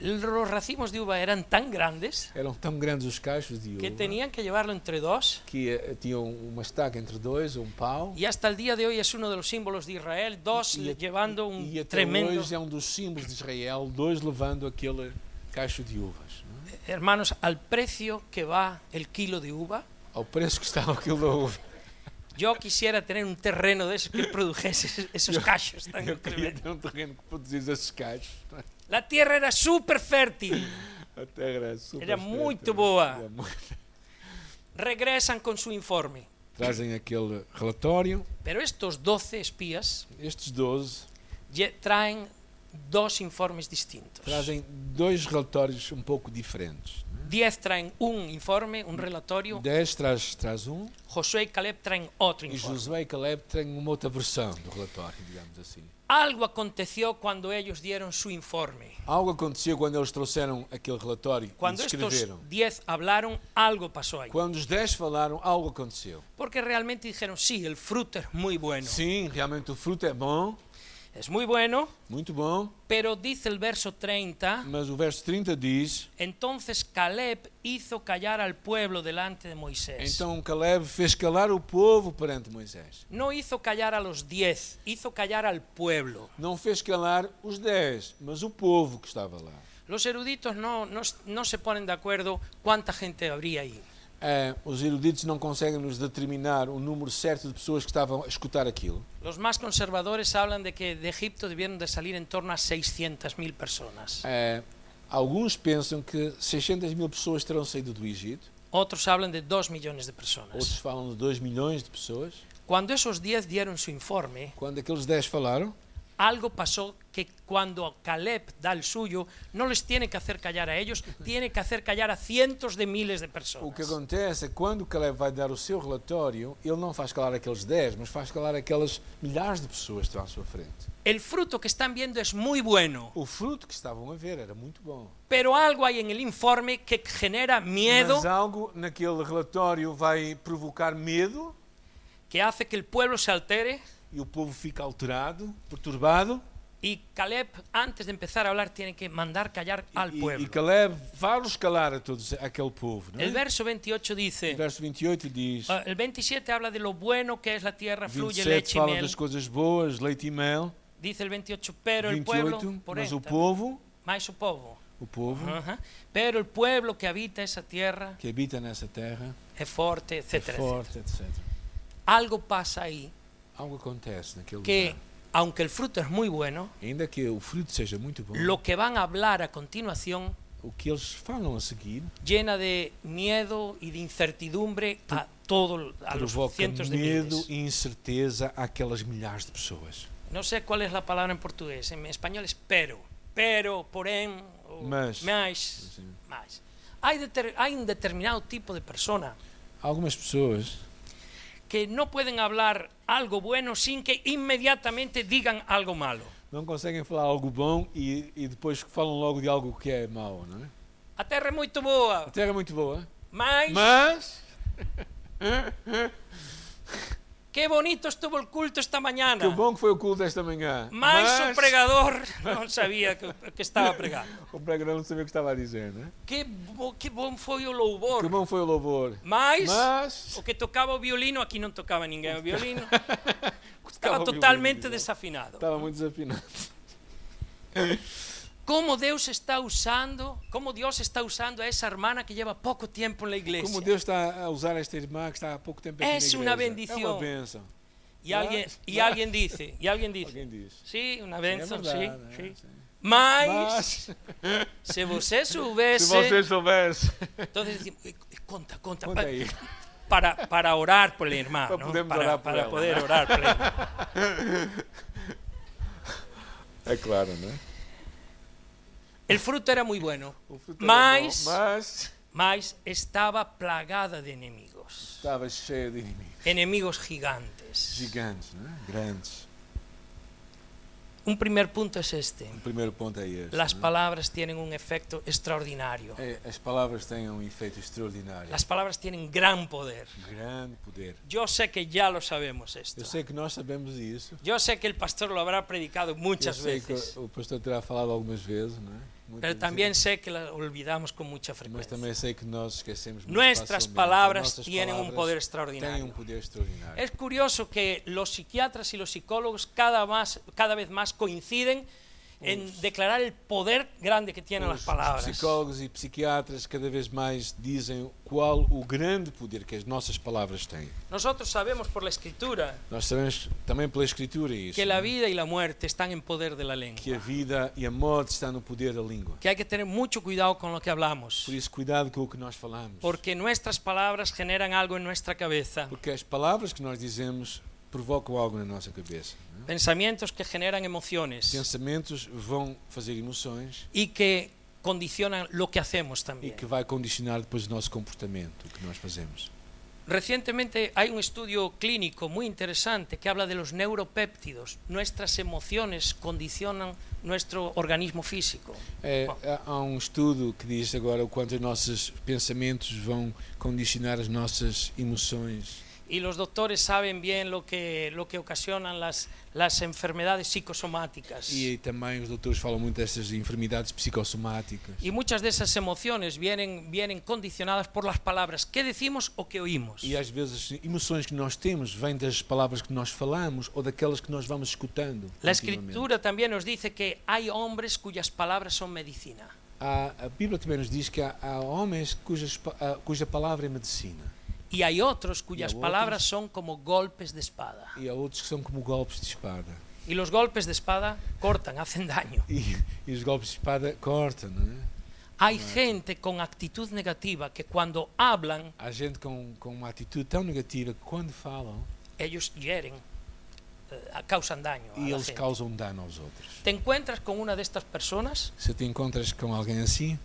Speaker 1: Los racimos de uva eran tan grandes
Speaker 2: Eram tão grandes os cachos de
Speaker 1: que
Speaker 2: uva
Speaker 1: tenían que llevarlo entre dos.
Speaker 2: que eh, tinham uma estaca entre dois, um pau.
Speaker 1: Y hasta el día de hoy es uno de los símbolos de Israel, dos
Speaker 2: e,
Speaker 1: le- llevando un
Speaker 2: e até
Speaker 1: um tremendo...
Speaker 2: hoje é um dos símbolos de Israel, dois levando aquele cacho de uvas. Não é?
Speaker 1: Hermanos, al precio que va el kilo de uva,
Speaker 2: Ao preço que estava aquilo da
Speaker 1: <laughs>
Speaker 2: uva.
Speaker 1: yo quisiera tener un terreno de esos que produjese esos cachos tan
Speaker 2: Eu queria
Speaker 1: tremendos.
Speaker 2: ter um terreno que produzisse esses cachos. não é?
Speaker 1: La tierra era súper fértil.
Speaker 2: A terra era super
Speaker 1: Era
Speaker 2: fértil.
Speaker 1: muito boa.
Speaker 2: Era muito-
Speaker 1: Regresan con su informe.
Speaker 2: Trazem aquele relatório.
Speaker 1: Pero estos 12 espías
Speaker 2: Estes 12
Speaker 1: lle- traen dos informes distintos.
Speaker 2: trazem dois relatórios um pouco diferentes.
Speaker 1: 10 traen un informe, un relatorio.
Speaker 2: 10 traz, traz um
Speaker 1: Josué y Caleb traen otro
Speaker 2: e
Speaker 1: informe.
Speaker 2: Josué e Caleb têm uma outra versão do relatório, digamos assim.
Speaker 1: Algo aconteció cuando ellos dieron su informe.
Speaker 2: Algo aconteceu quando eles trouxeram aquele relatório e
Speaker 1: Cuando
Speaker 2: descreveram.
Speaker 1: estos 10 hablaron, algo pasó ahí.
Speaker 2: Quando os 10 falaram, algo aconteceu.
Speaker 1: Porque realmente dijeron, sí, el fruto es muy bueno.
Speaker 2: Sim, realmente o fruto é bom,
Speaker 1: Es muy bueno,
Speaker 2: muito bom,
Speaker 1: pero dice el verso 30,
Speaker 2: mas o verso 30 diz:
Speaker 1: entonces Caleb hizo callar al pueblo delante de Moisés.
Speaker 2: Então Caleb fez calar o povo perante Moisés.
Speaker 1: no hizo callar a los 10, hizo callar al pueblo.
Speaker 2: Não fez calar os 10, mas o povo que estava lá.
Speaker 1: Los eruditos no, no, s- no se ponen de acuerdo cuánta gente habría ahí.
Speaker 2: Ah, os eruditos não conseguem nos determinar o número certo de pessoas que estavam a escutar aquilo.
Speaker 1: Los más conservadores hablan de que de Egipto debieron de salir en torno a 600.000 personas.
Speaker 2: Ah, alguns pensam que 600 mil pessoas terão saído do Egito,
Speaker 1: Otros hablan de 2 millones de personas.
Speaker 2: outros falam de 2 milhões de pessoas.
Speaker 1: Cuando esos 10 dieron su informe,
Speaker 2: Quando aqueles 10 falaram,
Speaker 1: algo pasó que cuando Caleb da el suyo, no les tiene que hacer callar a ellos, tiene que hacer callar a cientos de miles de
Speaker 2: o que
Speaker 1: personas.
Speaker 2: acontece é que quando Caleb vai dar o seu relatório, ele não faz calar aqueles 10, mas faz calar aquelas milhares de pessoas que estão à sua frente.
Speaker 1: El fruto que están viendo es muy bueno,
Speaker 2: O fruto que estavam a ver era muito bom.
Speaker 1: pero algo hay en el informe que genera miedo,
Speaker 2: Mas algo naquele relatório vai provocar medo
Speaker 1: que hace que el pueblo se altere.
Speaker 2: e o povo fica alterado, perturbado.
Speaker 1: Y Caleb, antes de empezar a hablar, tiene que mandar callar al
Speaker 2: E- E,
Speaker 1: pueblo.
Speaker 2: Caleb faz-los calar a todos aquele povo. Não é?
Speaker 1: El verso 28 dice,
Speaker 2: Verso 28 diz:
Speaker 1: ah, el 27 habla de lo bueno que es la tierra, fluye
Speaker 2: 27
Speaker 1: leche y
Speaker 2: fala
Speaker 1: miel.
Speaker 2: das coisas boas, leite e mel.
Speaker 1: Dice el 28, pero el pueblo,
Speaker 2: 28, mas o
Speaker 1: 40,
Speaker 2: povo,
Speaker 1: mais o povo.
Speaker 2: o povo
Speaker 1: Ajá. Pero el pueblo que habita esa tierra
Speaker 2: que habita nessa terra
Speaker 1: es fuerte,
Speaker 2: é
Speaker 1: etcétera. etcétera.
Speaker 2: forte, etc.
Speaker 1: Algo pasa ahí
Speaker 2: Algo acontece naquele
Speaker 1: que,
Speaker 2: lugar.
Speaker 1: aunque el fruto es muy bueno,
Speaker 2: Ainda que o fruto seja muito bom,
Speaker 1: lo que van a hablar a continuación
Speaker 2: o que eles falam a seguir
Speaker 1: llena de miedo y de incertidumbre a todo a los
Speaker 2: provoca
Speaker 1: cientos de
Speaker 2: medo
Speaker 1: miles.
Speaker 2: e incerteza àquelas milhares de pessoas.
Speaker 1: No sé cuál es la palabra en portugués, en español es pero, pero, porém, o
Speaker 2: Mas.
Speaker 1: mais,
Speaker 2: Sim.
Speaker 1: mais. Hay, deter- hay un determinado tipo de persona
Speaker 2: Algumas pessoas
Speaker 1: que no pueden hablar algo bueno sin que inmediatamente digan algo malo.
Speaker 2: não conseguem falar algo bom e, e depois falam logo de algo que é mau, não é?
Speaker 1: A terra é muito boa,
Speaker 2: A terra é muito boa,
Speaker 1: mas,
Speaker 2: mas
Speaker 1: Qué bonito estuvo el culto esta mañana.
Speaker 2: Que bom que foi o culto esta manhã.
Speaker 1: Tá. Mas, o
Speaker 2: Mas
Speaker 1: pregador <laughs> non sabía que, que estaba pregando.
Speaker 2: o pregador não sabia o que estava a dizer, né?
Speaker 1: Que, bo, que bom foi o
Speaker 2: Que
Speaker 1: louvor.
Speaker 2: bom foi o louvor.
Speaker 1: Mas,
Speaker 2: Mas-
Speaker 1: o que tocaba o violino, aqui non tocaba ninguén o <laughs> violino,
Speaker 2: Tocava
Speaker 1: estaba
Speaker 2: o
Speaker 1: totalmente
Speaker 2: violino.
Speaker 1: desafinado.
Speaker 2: Estava muito desafinado.
Speaker 1: Como Deus está usando, como Dios está usando a esa hermana que lleva poco tiempo en la iglesia.
Speaker 2: Como Deus está a usar esta irmã que está há pouco tempo aqui
Speaker 1: Es
Speaker 2: na
Speaker 1: una
Speaker 2: igreja. É
Speaker 1: bendición.
Speaker 2: uma benção.
Speaker 1: y alguien,
Speaker 2: Mas-
Speaker 1: y alguien dice, y alguien dice,
Speaker 2: Alguém diz.
Speaker 1: sí, una
Speaker 2: É
Speaker 1: benção, sí,
Speaker 2: verdade,
Speaker 1: sí.
Speaker 2: é, sim.
Speaker 1: Mas,
Speaker 2: Mas,
Speaker 1: se <laughs> você
Speaker 2: se
Speaker 1: soubesse,
Speaker 2: você soubesse,
Speaker 1: entonces decimos, eh, eh, conta, conta,
Speaker 2: conta
Speaker 1: pa-
Speaker 2: aí.
Speaker 1: <laughs> para, para orar por el hermano,
Speaker 2: Para podermos
Speaker 1: para,
Speaker 2: orar por
Speaker 1: para
Speaker 2: ela.
Speaker 1: poder orar por el hermano.
Speaker 2: É claro, né?
Speaker 1: El fruto era muy <laughs> bueno,
Speaker 2: O fruto era
Speaker 1: mas,
Speaker 2: bom, mas
Speaker 1: mas estaba plagada de enemigos,
Speaker 2: estava cheio de inimigos.
Speaker 1: enemigos gigantes.
Speaker 2: Gigantes, né? Grandes.
Speaker 1: Un primer punto es este.
Speaker 2: O primeiro ponto é este.
Speaker 1: Las
Speaker 2: né?
Speaker 1: palabras tienen un efecto extraordinario.
Speaker 2: É, As palavras têm um efeito extraordinário.
Speaker 1: Las palabras tienen gran poder.
Speaker 2: Grande poder.
Speaker 1: Yo sé que ya lo sabemos esto.
Speaker 2: Eu sei que nós sabemos isso.
Speaker 1: Yo sé que el pastor lo habrá predicado
Speaker 2: Eu
Speaker 1: muchas
Speaker 2: sei
Speaker 1: veces,
Speaker 2: que o pastor terá falado algumas vezes, né? Muitas
Speaker 1: pero
Speaker 2: vezes.
Speaker 1: también sé que la olvidamos con mucha
Speaker 2: Mas
Speaker 1: frecuencia.
Speaker 2: também sei que nós esquecemos muito
Speaker 1: Nuestras
Speaker 2: facilmente.
Speaker 1: palabras
Speaker 2: Nossas
Speaker 1: tienen un
Speaker 2: palavras
Speaker 1: poder extraordinario.
Speaker 2: Têm um poder extraordinário.
Speaker 1: Es curioso que los psiquiatras y los psicólogos cada, más, cada vez más coinciden en declarar el poder grande que tienen las
Speaker 2: Os
Speaker 1: palabras.
Speaker 2: psicólogos e psiquiatras cada vez mais dizem qual o grande poder que as nossas palavras têm.
Speaker 1: Nosotros sabemos por la escritura
Speaker 2: Nós sabemos também pela escritura isso.
Speaker 1: que la
Speaker 2: né?
Speaker 1: vida y la muerte están en poder de la
Speaker 2: que a
Speaker 1: lengua,
Speaker 2: vida e a morte está no poder da língua.
Speaker 1: que hay que tener mucho cuidado con lo que hablamos,
Speaker 2: Por isso cuidado com o que nós falamos.
Speaker 1: porque nuestras palabras generan algo en nuestra cabeza,
Speaker 2: Porque as palavras que nós dizemos provocam algo na nossa cabeça. né?
Speaker 1: pensamientos que generan emociones
Speaker 2: Pensamentos vão fazer emoções
Speaker 1: y que condicionan lo que hacemos
Speaker 2: e
Speaker 1: también.
Speaker 2: que vai condicionar depois o nosso comportamento, o que nós fazemos.
Speaker 1: Recientemente hay un estudio clínico muy interesante que habla de los neuropéptidos. Nuestras emociones condicionan nuestro organismo físico.
Speaker 2: É,
Speaker 1: Bom.
Speaker 2: há- há um estudo que diz agora o quanto os nossos pensamentos vão condicionar as nossas emoções.
Speaker 1: Y los doctores saben bien lo que, lo que ocasionan las, las enfermedades psicosomáticas.
Speaker 2: E também os doutores falam muito destas enfermidades psicossomáticas.
Speaker 1: Y muchas de esas emociones vienen, vienen condicionadas por las palabras que decimos o que oímos.
Speaker 2: E às vezes as emoções que nós temos vêm das palavras que nós falamos ou daquelas que nós vamos escutando.
Speaker 1: La
Speaker 2: continuamente.
Speaker 1: escritura también nos dice que hay hombres cuyas palabras son medicina.
Speaker 2: Há- a Bíblia também nos diz que há, há homens cujas, pa- ah, cuja palavra é medicina
Speaker 1: Y hay otros cuyas
Speaker 2: otros.
Speaker 1: palabras son como golpes de espada.
Speaker 2: e há outros que são como golpes de espada.
Speaker 1: Y los golpes de espada cortan, <laughs> hacen daño.
Speaker 2: E, e os golpes de espada cortam, não é?
Speaker 1: Hay gente con actitud negativa que cuando hablan,
Speaker 2: Há gente com, com uma atitude tão negativa que quando falam
Speaker 1: ellos hieren, eh, causan daño. a
Speaker 2: e
Speaker 1: la
Speaker 2: eles
Speaker 1: gente.
Speaker 2: causam um dano aos outros.
Speaker 1: Te encuentras con una de estas personas,
Speaker 2: Se te encontras com alguém assim,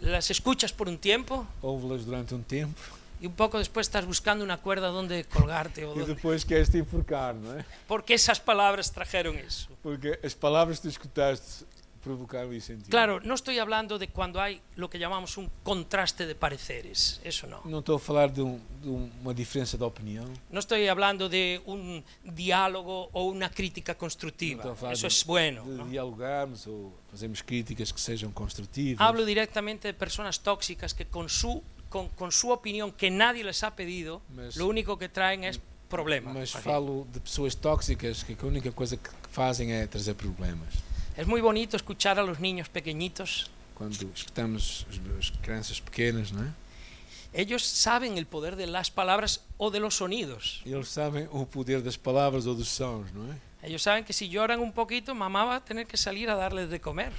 Speaker 1: las escuchas por un tiempo
Speaker 2: ouve-las durante um tempo
Speaker 1: y un poco después estás buscando una cuerda donde colgarte. O
Speaker 2: e
Speaker 1: donde-
Speaker 2: depois queres te enforcar, não é?
Speaker 1: Porque esas palabras trajeron eso.
Speaker 2: Porque as palavras que tu escutaste provocaram isso em ti.
Speaker 1: Claro, no estoy hablando de cuando hay lo que llamamos un contraste de pareceres, eso no.
Speaker 2: Não estou a falar de, um- de uma diferença de opinião.
Speaker 1: No estoy hablando de un diálogo o una crítica
Speaker 2: Não estou
Speaker 1: constructiva,
Speaker 2: a falar
Speaker 1: eso
Speaker 2: de-
Speaker 1: es bueno.
Speaker 2: de
Speaker 1: ¿no?
Speaker 2: dialogarmos ou fazermos críticas que sejam construtivas.
Speaker 1: Hablo directamente de personas tóxicas que con su, con, con su opinión que nadie les ha pedido,
Speaker 2: Mas-
Speaker 1: lo único que traen es problemas.
Speaker 2: mas
Speaker 1: Así.
Speaker 2: falo de pessoas tóxicas que a única coisa que que fazem é trazer problemas.
Speaker 1: Es muy bonito escuchar a los niños pequeñitos.
Speaker 2: Quando escutamos as, as crianças pequenas, não é?
Speaker 1: Ellos saben el poder de las palabras o de los sonidos.
Speaker 2: Eles sabem o poder das palavras ou dos sons, não é?
Speaker 1: Ellos saben que si lloran un poquito, mamá va a tener que salir a darles de comer.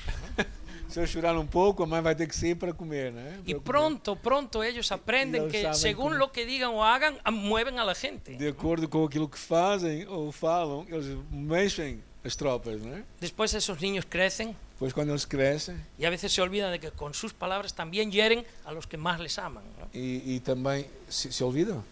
Speaker 2: Se eles chorar um pouco, a mãe vai ter que sair para comer, não é? Para
Speaker 1: Y
Speaker 2: comer.
Speaker 1: pronto, pronto ellos aprenden
Speaker 2: ellos
Speaker 1: que
Speaker 2: saben
Speaker 1: según
Speaker 2: cómo-
Speaker 1: lo que digan o hagan, a- mueven a la gente.
Speaker 2: De acordo com aquilo que fazem ou falam, eles mexem as tropas, não é?
Speaker 1: Después esos niños crecen
Speaker 2: Depois, quando eles crescem,
Speaker 1: y a veces se olvidan de que con sus palabras también hieren a los que más les aman. ¿no?
Speaker 2: e, e também se, se olvidam.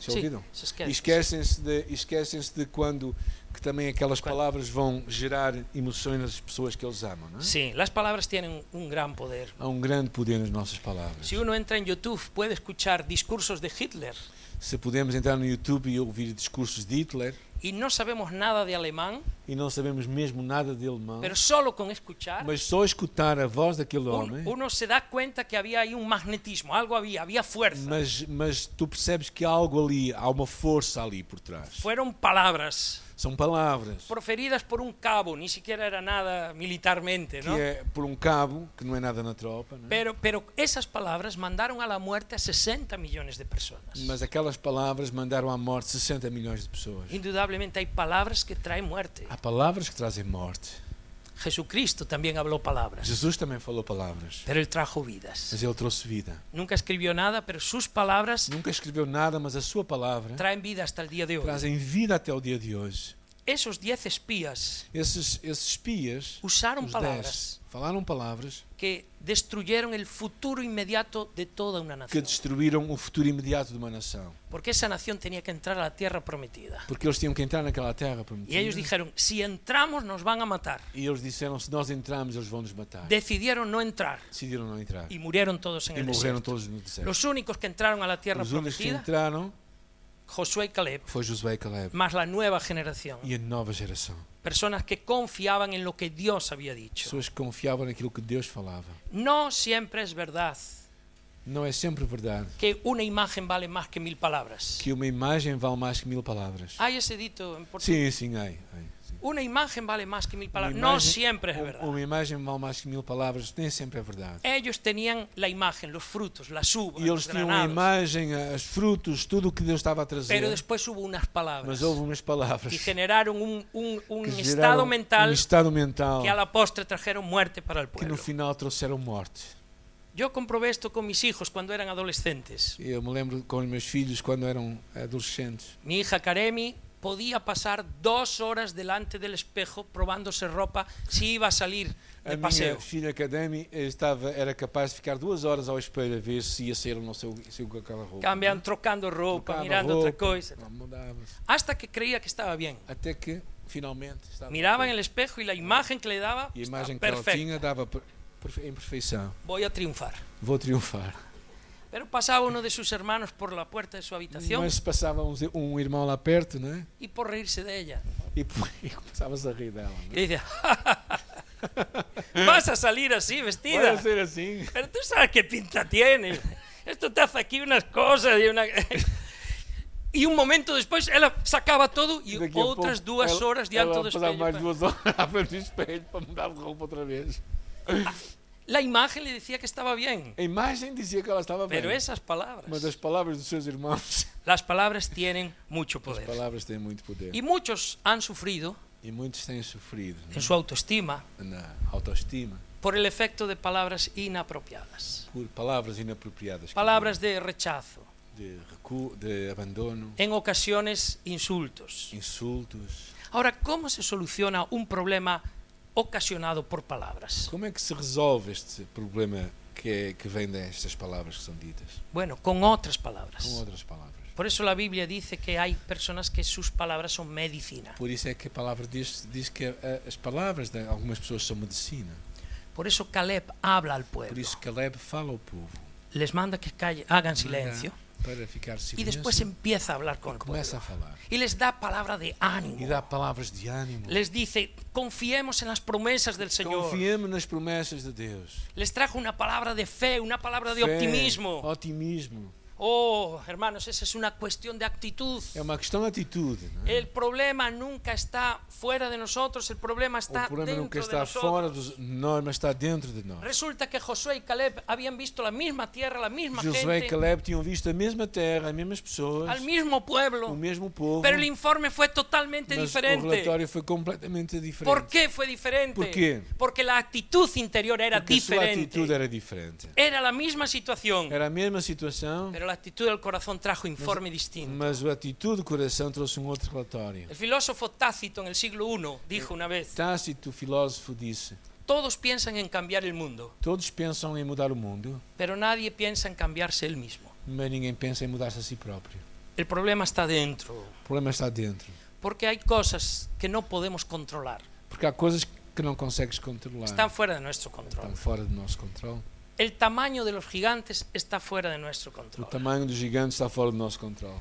Speaker 2: Já
Speaker 1: Sim,
Speaker 2: ouviram?
Speaker 1: se
Speaker 2: E
Speaker 1: esquece.
Speaker 2: esquecem-se de, e esquecem-se de quando que também aquelas
Speaker 1: Quando?
Speaker 2: palavras vão gerar emoções nas pessoas que eles amam, não é?
Speaker 1: Sí, las palabras tienen un gran poder.
Speaker 2: Há um grande poder nas nossas palavras.
Speaker 1: Si uno entra en YouTube puede escuchar discursos de Hitler
Speaker 2: Se podemos entrar no YouTube e ouvir discursos de Hitler
Speaker 1: y no sabemos nada de alemán,
Speaker 2: e não sabemos mesmo nada de alemão,
Speaker 1: pero solo con escuchar
Speaker 2: mas só escutar a voz daquele
Speaker 1: un-
Speaker 2: homem,
Speaker 1: uno se da cuenta que había ahí un magnetismo, algo había, había fuerza.
Speaker 2: mas, mas tu percebes que há algo ali, há uma força ali por trás.
Speaker 1: Fueron palabras
Speaker 2: São palavras
Speaker 1: proferidas por un cabo, ni siquiera era nada militarmente,
Speaker 2: que
Speaker 1: ¿no?
Speaker 2: é por um cabo, que não é nada na tropa, não é?
Speaker 1: Pero, pero esas palabras mandaron a la muerte a 60 millones de personas.
Speaker 2: mas aquelas palavras mandaram à morte 60 milhões de pessoas.
Speaker 1: Indudablemente hay palabras que traen muerte.
Speaker 2: Há palavras que trazem morte.
Speaker 1: Jesucristo también habló palabras,
Speaker 2: Jesus também falou palavras,
Speaker 1: pero él trajo vidas.
Speaker 2: mas ele trouxe vida.
Speaker 1: Nunca escribió nada, pero sus palabras
Speaker 2: Nunca escreveu nada, mas a sua palavra
Speaker 1: traen vida hasta el día de hoy.
Speaker 2: trazem vida até o dia de hoje.
Speaker 1: Esos diez espías
Speaker 2: Esses, esses espias,
Speaker 1: usaron
Speaker 2: os
Speaker 1: palabras
Speaker 2: dez, falaram palavras
Speaker 1: que destruyeron el futuro inmediato de toda una
Speaker 2: que
Speaker 1: nación,
Speaker 2: destruíram o futuro imediato de uma nação,
Speaker 1: porque esa nación tenía que entrar a la tierra prometida.
Speaker 2: porque eles tinham que entrar naquela terra
Speaker 1: Y ellos
Speaker 2: prometida.
Speaker 1: dijeron, si entramos nos van a matar.
Speaker 2: E eles disseram: se nós entrarmos, eles vão nos matar.
Speaker 1: Decidieron no entrar
Speaker 2: Decidiram não entrar.
Speaker 1: y murieron todos en
Speaker 2: E
Speaker 1: el
Speaker 2: morreram
Speaker 1: desierto.
Speaker 2: todos no deserto.
Speaker 1: Los únicos que entraron a la tierra
Speaker 2: Os únicos que
Speaker 1: prometida,
Speaker 2: entraram
Speaker 1: Josué y Caleb,
Speaker 2: foi Josué e Caleb
Speaker 1: más la nueva generación,
Speaker 2: e a nova geração.
Speaker 1: personas que confiaban en lo que Dios había dicho.
Speaker 2: Pessoas que confiavam naquilo que Deus falava.
Speaker 1: No siempre es verdad
Speaker 2: Não é sempre verdade
Speaker 1: que una imagen vale más que mil palabras.
Speaker 2: que uma imagem vale mais que mil palavras.
Speaker 1: Hay ese dito en portugués.
Speaker 2: Sim, sim, ai. ai, Ah, sim.
Speaker 1: Una imagen vale más que mil
Speaker 2: Uma
Speaker 1: palabras. No
Speaker 2: imagem-
Speaker 1: siempre es
Speaker 2: um-
Speaker 1: verdad.
Speaker 2: Uma imagem vale mais que mil palavras, nem sempre é verdade.
Speaker 1: Ellos tenían la imagen, los frutos, las uvas,
Speaker 2: E eles
Speaker 1: los
Speaker 2: tinham a
Speaker 1: granados,
Speaker 2: imagem, os frutos, tudo o que Deus estava a trazer.
Speaker 1: pero después hubo unas palabras
Speaker 2: Mas houve umas palavras
Speaker 1: y generaron un, un- un
Speaker 2: que
Speaker 1: estado
Speaker 2: geraram um
Speaker 1: mental
Speaker 2: estado mental
Speaker 1: que a la postre trajeron muerte para el
Speaker 2: que no
Speaker 1: pueblo.
Speaker 2: final trouxeram morte.
Speaker 1: Yo comprobé esto con mis hijos cuando eran adolescentes.
Speaker 2: Eu me lembro com os meus filhos quando eram adolescentes.
Speaker 1: Mi hija Karemi podía pasar dos horas delante del espejo probándose ropa si iba a salir
Speaker 2: A
Speaker 1: de paseo.
Speaker 2: minha filha Academy estava, era capaz de ficar duas horas ao espelho a ver se ia ser ou não seu, seu com aquela roupa.
Speaker 1: Cambian trocando ropa,
Speaker 2: Trocava
Speaker 1: mirando
Speaker 2: roupa,
Speaker 1: otra cosa.
Speaker 2: mudava-se.
Speaker 1: Hasta que creía que estaba bien.
Speaker 2: Até que finalmente estava
Speaker 1: Miraba en el espejo y la imagen que le daba
Speaker 2: E a
Speaker 1: estaba
Speaker 2: imagem que ela
Speaker 1: perfecta.
Speaker 2: tinha dava per- perfe- em perfeição.
Speaker 1: Voy a triunfar.
Speaker 2: Vou triunfar.
Speaker 1: Pero pasaba uno de sus hermanos por la puerta de su habitación
Speaker 2: Mas passava um, ze- um irmão lá perto, né?
Speaker 1: y por reírse de ella.
Speaker 2: E, <laughs> p- e começava-se a rir dela.
Speaker 1: Y
Speaker 2: Né?
Speaker 1: dice, vas a salir así vestida.
Speaker 2: Vai ser assim.
Speaker 1: Pero tú sabes qué pinta tiene. Esto te hace aquí unas cosas y una... <laughs> Y un momento después, él sacaba todo y
Speaker 2: Daqui a
Speaker 1: outras
Speaker 2: pouco,
Speaker 1: duas
Speaker 2: ela-
Speaker 1: horas diante
Speaker 2: ela
Speaker 1: do
Speaker 2: Passava
Speaker 1: espelho.
Speaker 2: mais
Speaker 1: para-
Speaker 2: duas horas <laughs> à frente do espelho para mudar de roupa outra vez.
Speaker 1: La imagen le decía que estaba bien,
Speaker 2: A imagem dizia que ela estava bem.
Speaker 1: pero esas
Speaker 2: Mas
Speaker 1: palabras,
Speaker 2: as palavras dos seus irmãos,
Speaker 1: las palabras tienen mucho
Speaker 2: as
Speaker 1: poder.
Speaker 2: palavras têm muito poder.
Speaker 1: Y
Speaker 2: E,
Speaker 1: muchos han sufrido
Speaker 2: muitos têm sofrido né?
Speaker 1: en su autoestima
Speaker 2: na autoestima
Speaker 1: por el efecto de palabras inapropiadas,
Speaker 2: por palavras inapropriadas. que
Speaker 1: palabras de rechazo,
Speaker 2: De recuo, de abandono,
Speaker 1: en ocasiones insultos.
Speaker 2: insultos.
Speaker 1: Ahora, ¿cómo se soluciona un problema ocasionado por palabras?
Speaker 2: Como é que se resolve este problema que, é- que vem destas palavras que são ditas?
Speaker 1: Bueno, con otras
Speaker 2: Com
Speaker 1: palabras.
Speaker 2: outras palavras.
Speaker 1: Por eso la Biblia dice que hay personas que sus palabras son medicina.
Speaker 2: Por isso é que a palavra diz, diz que eh, as palavras de algumas pessoas são medicina.
Speaker 1: Por eso Caleb habla al
Speaker 2: Por
Speaker 1: pueblo,
Speaker 2: isso Caleb fala ao povo.
Speaker 1: les manda que calle- hagan
Speaker 2: Manda
Speaker 1: silencio
Speaker 2: Para ficar
Speaker 1: y
Speaker 2: silêncio.
Speaker 1: después empieza a hablar con el
Speaker 2: começa a
Speaker 1: pueblo.
Speaker 2: falar.
Speaker 1: Y les da palabra de
Speaker 2: E
Speaker 1: ánimo.
Speaker 2: dá palavras de ânimo.
Speaker 1: Les dice, confiemos en las promesas del Señor.
Speaker 2: Confiemos nas promessas de Deus.
Speaker 1: Les trajo una palabra de fe, una palabra de
Speaker 2: Fé,
Speaker 1: optimismo.
Speaker 2: Otimismo.
Speaker 1: Oh, hermanos, esa es una cuestión de actitud.
Speaker 2: É uma questão de atitude. Não é?
Speaker 1: El problema nunca está fuera de nosotros, el problema está
Speaker 2: o problema
Speaker 1: tá dentro
Speaker 2: nunca
Speaker 1: de
Speaker 2: está
Speaker 1: nosotros.
Speaker 2: fora dos, de nós, mas está dentro de nós.
Speaker 1: Resulta que Josué y Caleb habían visto la misma tierra, la misma
Speaker 2: Josué
Speaker 1: gente,
Speaker 2: e Caleb pues, tinham visto a mesma terra, as mesmas pessoas,
Speaker 1: al mismo pueblo,
Speaker 2: o mesmo povo,
Speaker 1: pero el informe fue totalmente
Speaker 2: mas o
Speaker 1: diferente.
Speaker 2: relatório foi completamente diferente.
Speaker 1: ¿Por qué fue diferente?
Speaker 2: ¿Por qué?
Speaker 1: Porque la actitud interior era
Speaker 2: Porque a sua
Speaker 1: diferente.
Speaker 2: atitude era diferente.
Speaker 1: Era la misma situación,
Speaker 2: Era a mesma situação,
Speaker 1: pero la actitud del corazón trajo informe distinto.
Speaker 2: mas a atitude do coração trouxe um outro relatório.
Speaker 1: El filósofo Tácito en el siglo I dijo una vez,
Speaker 2: Tácito, o filósofo, disse:
Speaker 1: todos piensan en cambiar el mundo,
Speaker 2: Todos pensam em mudar o mundo,
Speaker 1: pero nadie piensa en cambiarse él mismo.
Speaker 2: mas ninguém pensa em mudar-se a si próprio.
Speaker 1: El problema está dentro,
Speaker 2: O problema está dentro.
Speaker 1: porque hay cosas que no podemos controlar,
Speaker 2: Porque há coisas que não consegues controlar.
Speaker 1: están fuera de nuestro control.
Speaker 2: Estão fora do nosso controle.
Speaker 1: El tamaño de los gigantes está fuera de nuestro
Speaker 2: O
Speaker 1: control.
Speaker 2: tamanho dos gigantes está fora do nosso controle.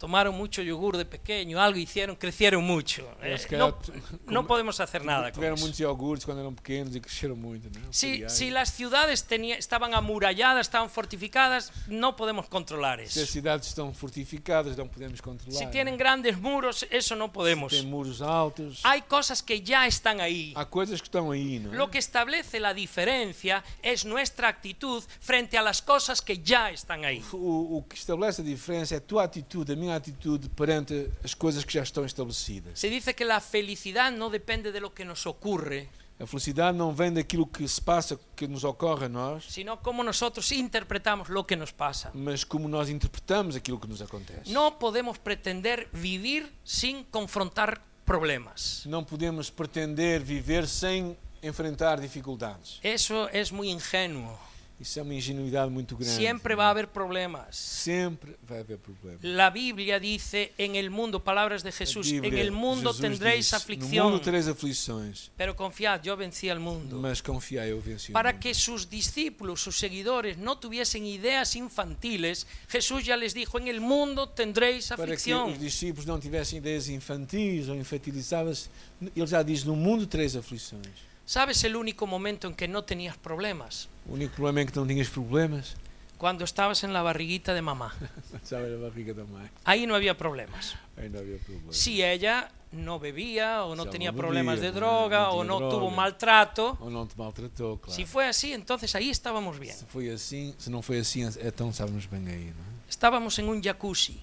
Speaker 1: Tomaron mucho yogur de pequeño, algo hicieron, crecieron mucho. Eh,
Speaker 2: Es que
Speaker 1: no,
Speaker 2: tu-
Speaker 1: no podemos hacer nada con
Speaker 2: Tiveram
Speaker 1: eso.
Speaker 2: muitos iogurtes quando eram pequenos e cresceram muito. Não? é?
Speaker 1: Si,
Speaker 2: Cereais.
Speaker 1: si las ciudades tenía- estaban amuralladas, estaban fortificadas, no podemos controlar
Speaker 2: Se as
Speaker 1: eso.
Speaker 2: cidades estão fortificadas, não podemos controlar.
Speaker 1: Si tienen grandes muros, eso no podemos.
Speaker 2: Tem muros altos.
Speaker 1: Hay cosas que ya están ahí.
Speaker 2: Há coisas que estão aí, não é?
Speaker 1: Lo que establece la diferencia es nuestra actitud frente a las cosas que ya están ahí.
Speaker 2: O, o que estabelece a diferença é a tua atitude, a minha atitude perante as coisas que já estão estabelecidas.
Speaker 1: Se dice que la felicidad no depende de lo que nos ocurre,
Speaker 2: A felicidade não vem daquilo que se passa, que nos ocorre a nós,
Speaker 1: sino cómo nosotros interpretamos lo que nos pasa.
Speaker 2: mas como nós interpretamos aquilo que nos acontece.
Speaker 1: No podemos pretender vivir sin confrontar problemas.
Speaker 2: Não podemos pretender viver sem enfrentar dificuldades.
Speaker 1: Eso es muy ingenuo.
Speaker 2: Isso é uma ingenuidade muito grande.
Speaker 1: Siempre va a haber problemas.
Speaker 2: Sempre vai haver problemas.
Speaker 1: La Biblia dice en el mundo, palabras de
Speaker 2: A
Speaker 1: Jesús, en
Speaker 2: Bíblia,
Speaker 1: el mundo
Speaker 2: Jesus
Speaker 1: tendréis
Speaker 2: diz, No
Speaker 1: aflicción,
Speaker 2: mundo tereis aflições,
Speaker 1: pero confiad, yo vencí al mundo.
Speaker 2: mas confiai, eu venci o
Speaker 1: Para
Speaker 2: mundo.
Speaker 1: que sus discípulos, sus seguidores, no tuviesen ideas infantiles, Jesús ya les dijo, en el mundo tendréis
Speaker 2: Para que os
Speaker 1: aflicción.
Speaker 2: discípulos não tivessem ideias infantis ou infantilizadas, ele já diz: no mundo tereis aflições.
Speaker 1: ¿Sabes el único momento en que no tenías problemas?
Speaker 2: O único problema é que não tinhas problemas. <laughs>
Speaker 1: Cuando estabas en la barriguita de mamá.
Speaker 2: Sabe a barriga da mãe,
Speaker 1: Ahí no había problemas.
Speaker 2: ainda havia problemas.
Speaker 1: Si ella no bebía o no
Speaker 2: Si ella
Speaker 1: tenía
Speaker 2: no
Speaker 1: problemas de
Speaker 2: bebía,
Speaker 1: droga o
Speaker 2: no tenía
Speaker 1: no tuvo
Speaker 2: droga.
Speaker 1: maltrato,
Speaker 2: Ou não te maltratou, claro.
Speaker 1: si fue así, entonces ahí estábamos bien.
Speaker 2: Se foi assim, se não foi assim, então sabemos bem aí, não é?
Speaker 1: Estábamos en un jacuzzi,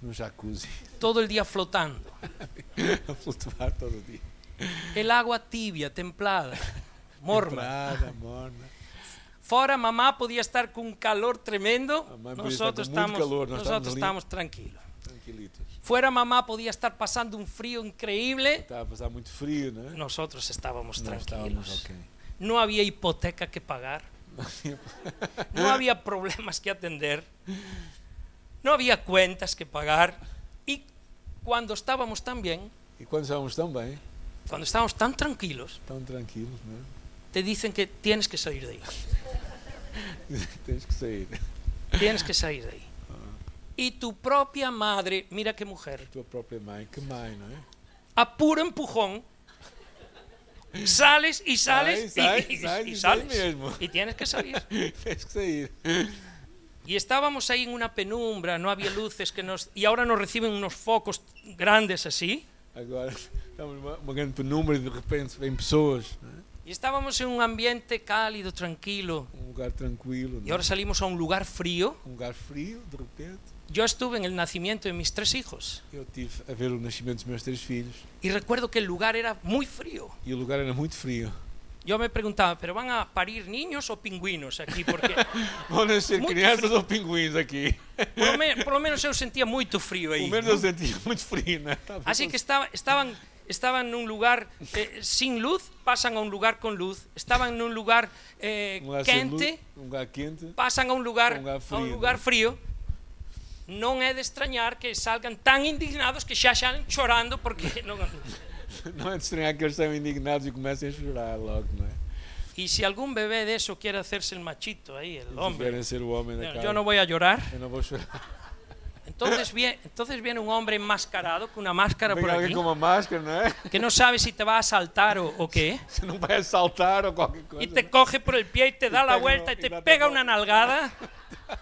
Speaker 2: No jacuzzi, <laughs>
Speaker 1: todo el día flotando.
Speaker 2: a flutuar todo o dia.
Speaker 1: El agua tibia,
Speaker 2: <laughs>
Speaker 1: templada, morma.
Speaker 2: Temperada, morna.
Speaker 1: Fora mamá podía estar con un calor tremendo,
Speaker 2: Mamá podía estar
Speaker 1: nosotros
Speaker 2: con mucho
Speaker 1: estamos,
Speaker 2: calor, no
Speaker 1: nosotros
Speaker 2: estamos
Speaker 1: estamos tranquilos.
Speaker 2: Tranquilitas.
Speaker 1: Fuera mamá podía estar pasando un frío increíble,
Speaker 2: Estava Tá a passar muito frio, não é? tá um
Speaker 1: nosotros estábamos
Speaker 2: Nós estávamos
Speaker 1: tranquilos.
Speaker 2: ok.
Speaker 1: No había hipoteca que pagar. No había problemas que atender. No había cuentas que pagar. Y cuando estábamos tan bien,
Speaker 2: <laughs> E quando estávamos tão bem,
Speaker 1: cuando estábamos tan tranquilos,
Speaker 2: tão tranquilos, não é? <laughs>
Speaker 1: te dicen que tienes que salir de ahí.
Speaker 2: Tens que sair.
Speaker 1: Tienes que salir de
Speaker 2: <laughs>
Speaker 1: ahí. Y tu propia madre, mira qué mujer,
Speaker 2: Tua própria mãe, que mãe, não é? <laughs>
Speaker 1: a puro empujón, sales y sales y-
Speaker 2: Sales,
Speaker 1: y, y-
Speaker 2: sales,
Speaker 1: y
Speaker 2: sales
Speaker 1: sales.
Speaker 2: mismo.
Speaker 1: Y tienes que salir.
Speaker 2: Tens que sair.
Speaker 1: Y estábamos ahí en una penumbra, no había luces que nos y ahora nos reciben unos focos grandes así.
Speaker 2: Agora estamos uma, uma grande penumbra e de repente vêm pessoas, não é?
Speaker 1: Y estábamos en un ambiente cálido, tranquilo.
Speaker 2: um lugar tranquilo,
Speaker 1: Y
Speaker 2: não é?
Speaker 1: ahora salimos a un lugar frío.
Speaker 2: um lugar frio, de repente.
Speaker 1: Yo estuve en el nacimiento de mis tres hijos
Speaker 2: Eu tive a ver o nascimento dos meus três filhos
Speaker 1: y recuerdo que el lugar era muy frío.
Speaker 2: e o lugar era muito frio. <laughs>
Speaker 1: Yo me preguntaba, ¿pero van a parir niños o pingüinos aquí? Porque
Speaker 2: Vão nascer
Speaker 1: Muito
Speaker 2: crianças ou pinguins aqui?
Speaker 1: por lo, me- por lo menos yo sentía muy frío
Speaker 2: Pelo
Speaker 1: ahí.
Speaker 2: menos eu sentia muito frio, não é? Estava
Speaker 1: Así
Speaker 2: com-
Speaker 1: que estaba- estaban, estaban en un lugar eh, sin luz, pasan a un lugar con luz. Estaban en un lugar eh,
Speaker 2: um lugar sem luz,
Speaker 1: quente,
Speaker 2: um lugar quente.
Speaker 1: pasan a un lugar,
Speaker 2: Un lugar
Speaker 1: a un
Speaker 2: frío,
Speaker 1: lugar
Speaker 2: ¿no?
Speaker 1: frío, non é de extrañar que salgan tan indignados que xa xan chorando porque <laughs> non...
Speaker 2: <laughs> Não é de estranhar que eles estão indignados e comecem a chorar logo, não é?
Speaker 1: E se algún bebé de eso quiere hacerse el machito aí, el
Speaker 2: Eles querem
Speaker 1: hombre,
Speaker 2: ser o homem da
Speaker 1: no,
Speaker 2: casa.
Speaker 1: yo no voy a llorar.
Speaker 2: Eu não vou chorar.
Speaker 1: Entonces viene, entonces viene un hombre enmascarado con una máscara
Speaker 2: Vem
Speaker 1: por
Speaker 2: alguém
Speaker 1: aquí
Speaker 2: com uma máscara, não é? <laughs>
Speaker 1: que no sabe si te va a saltar o, o qué
Speaker 2: Você não vai assaltar ou qualquer coisa.
Speaker 1: y te coge por el pie y te da la
Speaker 2: pega-
Speaker 1: vuelta y
Speaker 2: y
Speaker 1: te
Speaker 2: da-
Speaker 1: pega una nalgada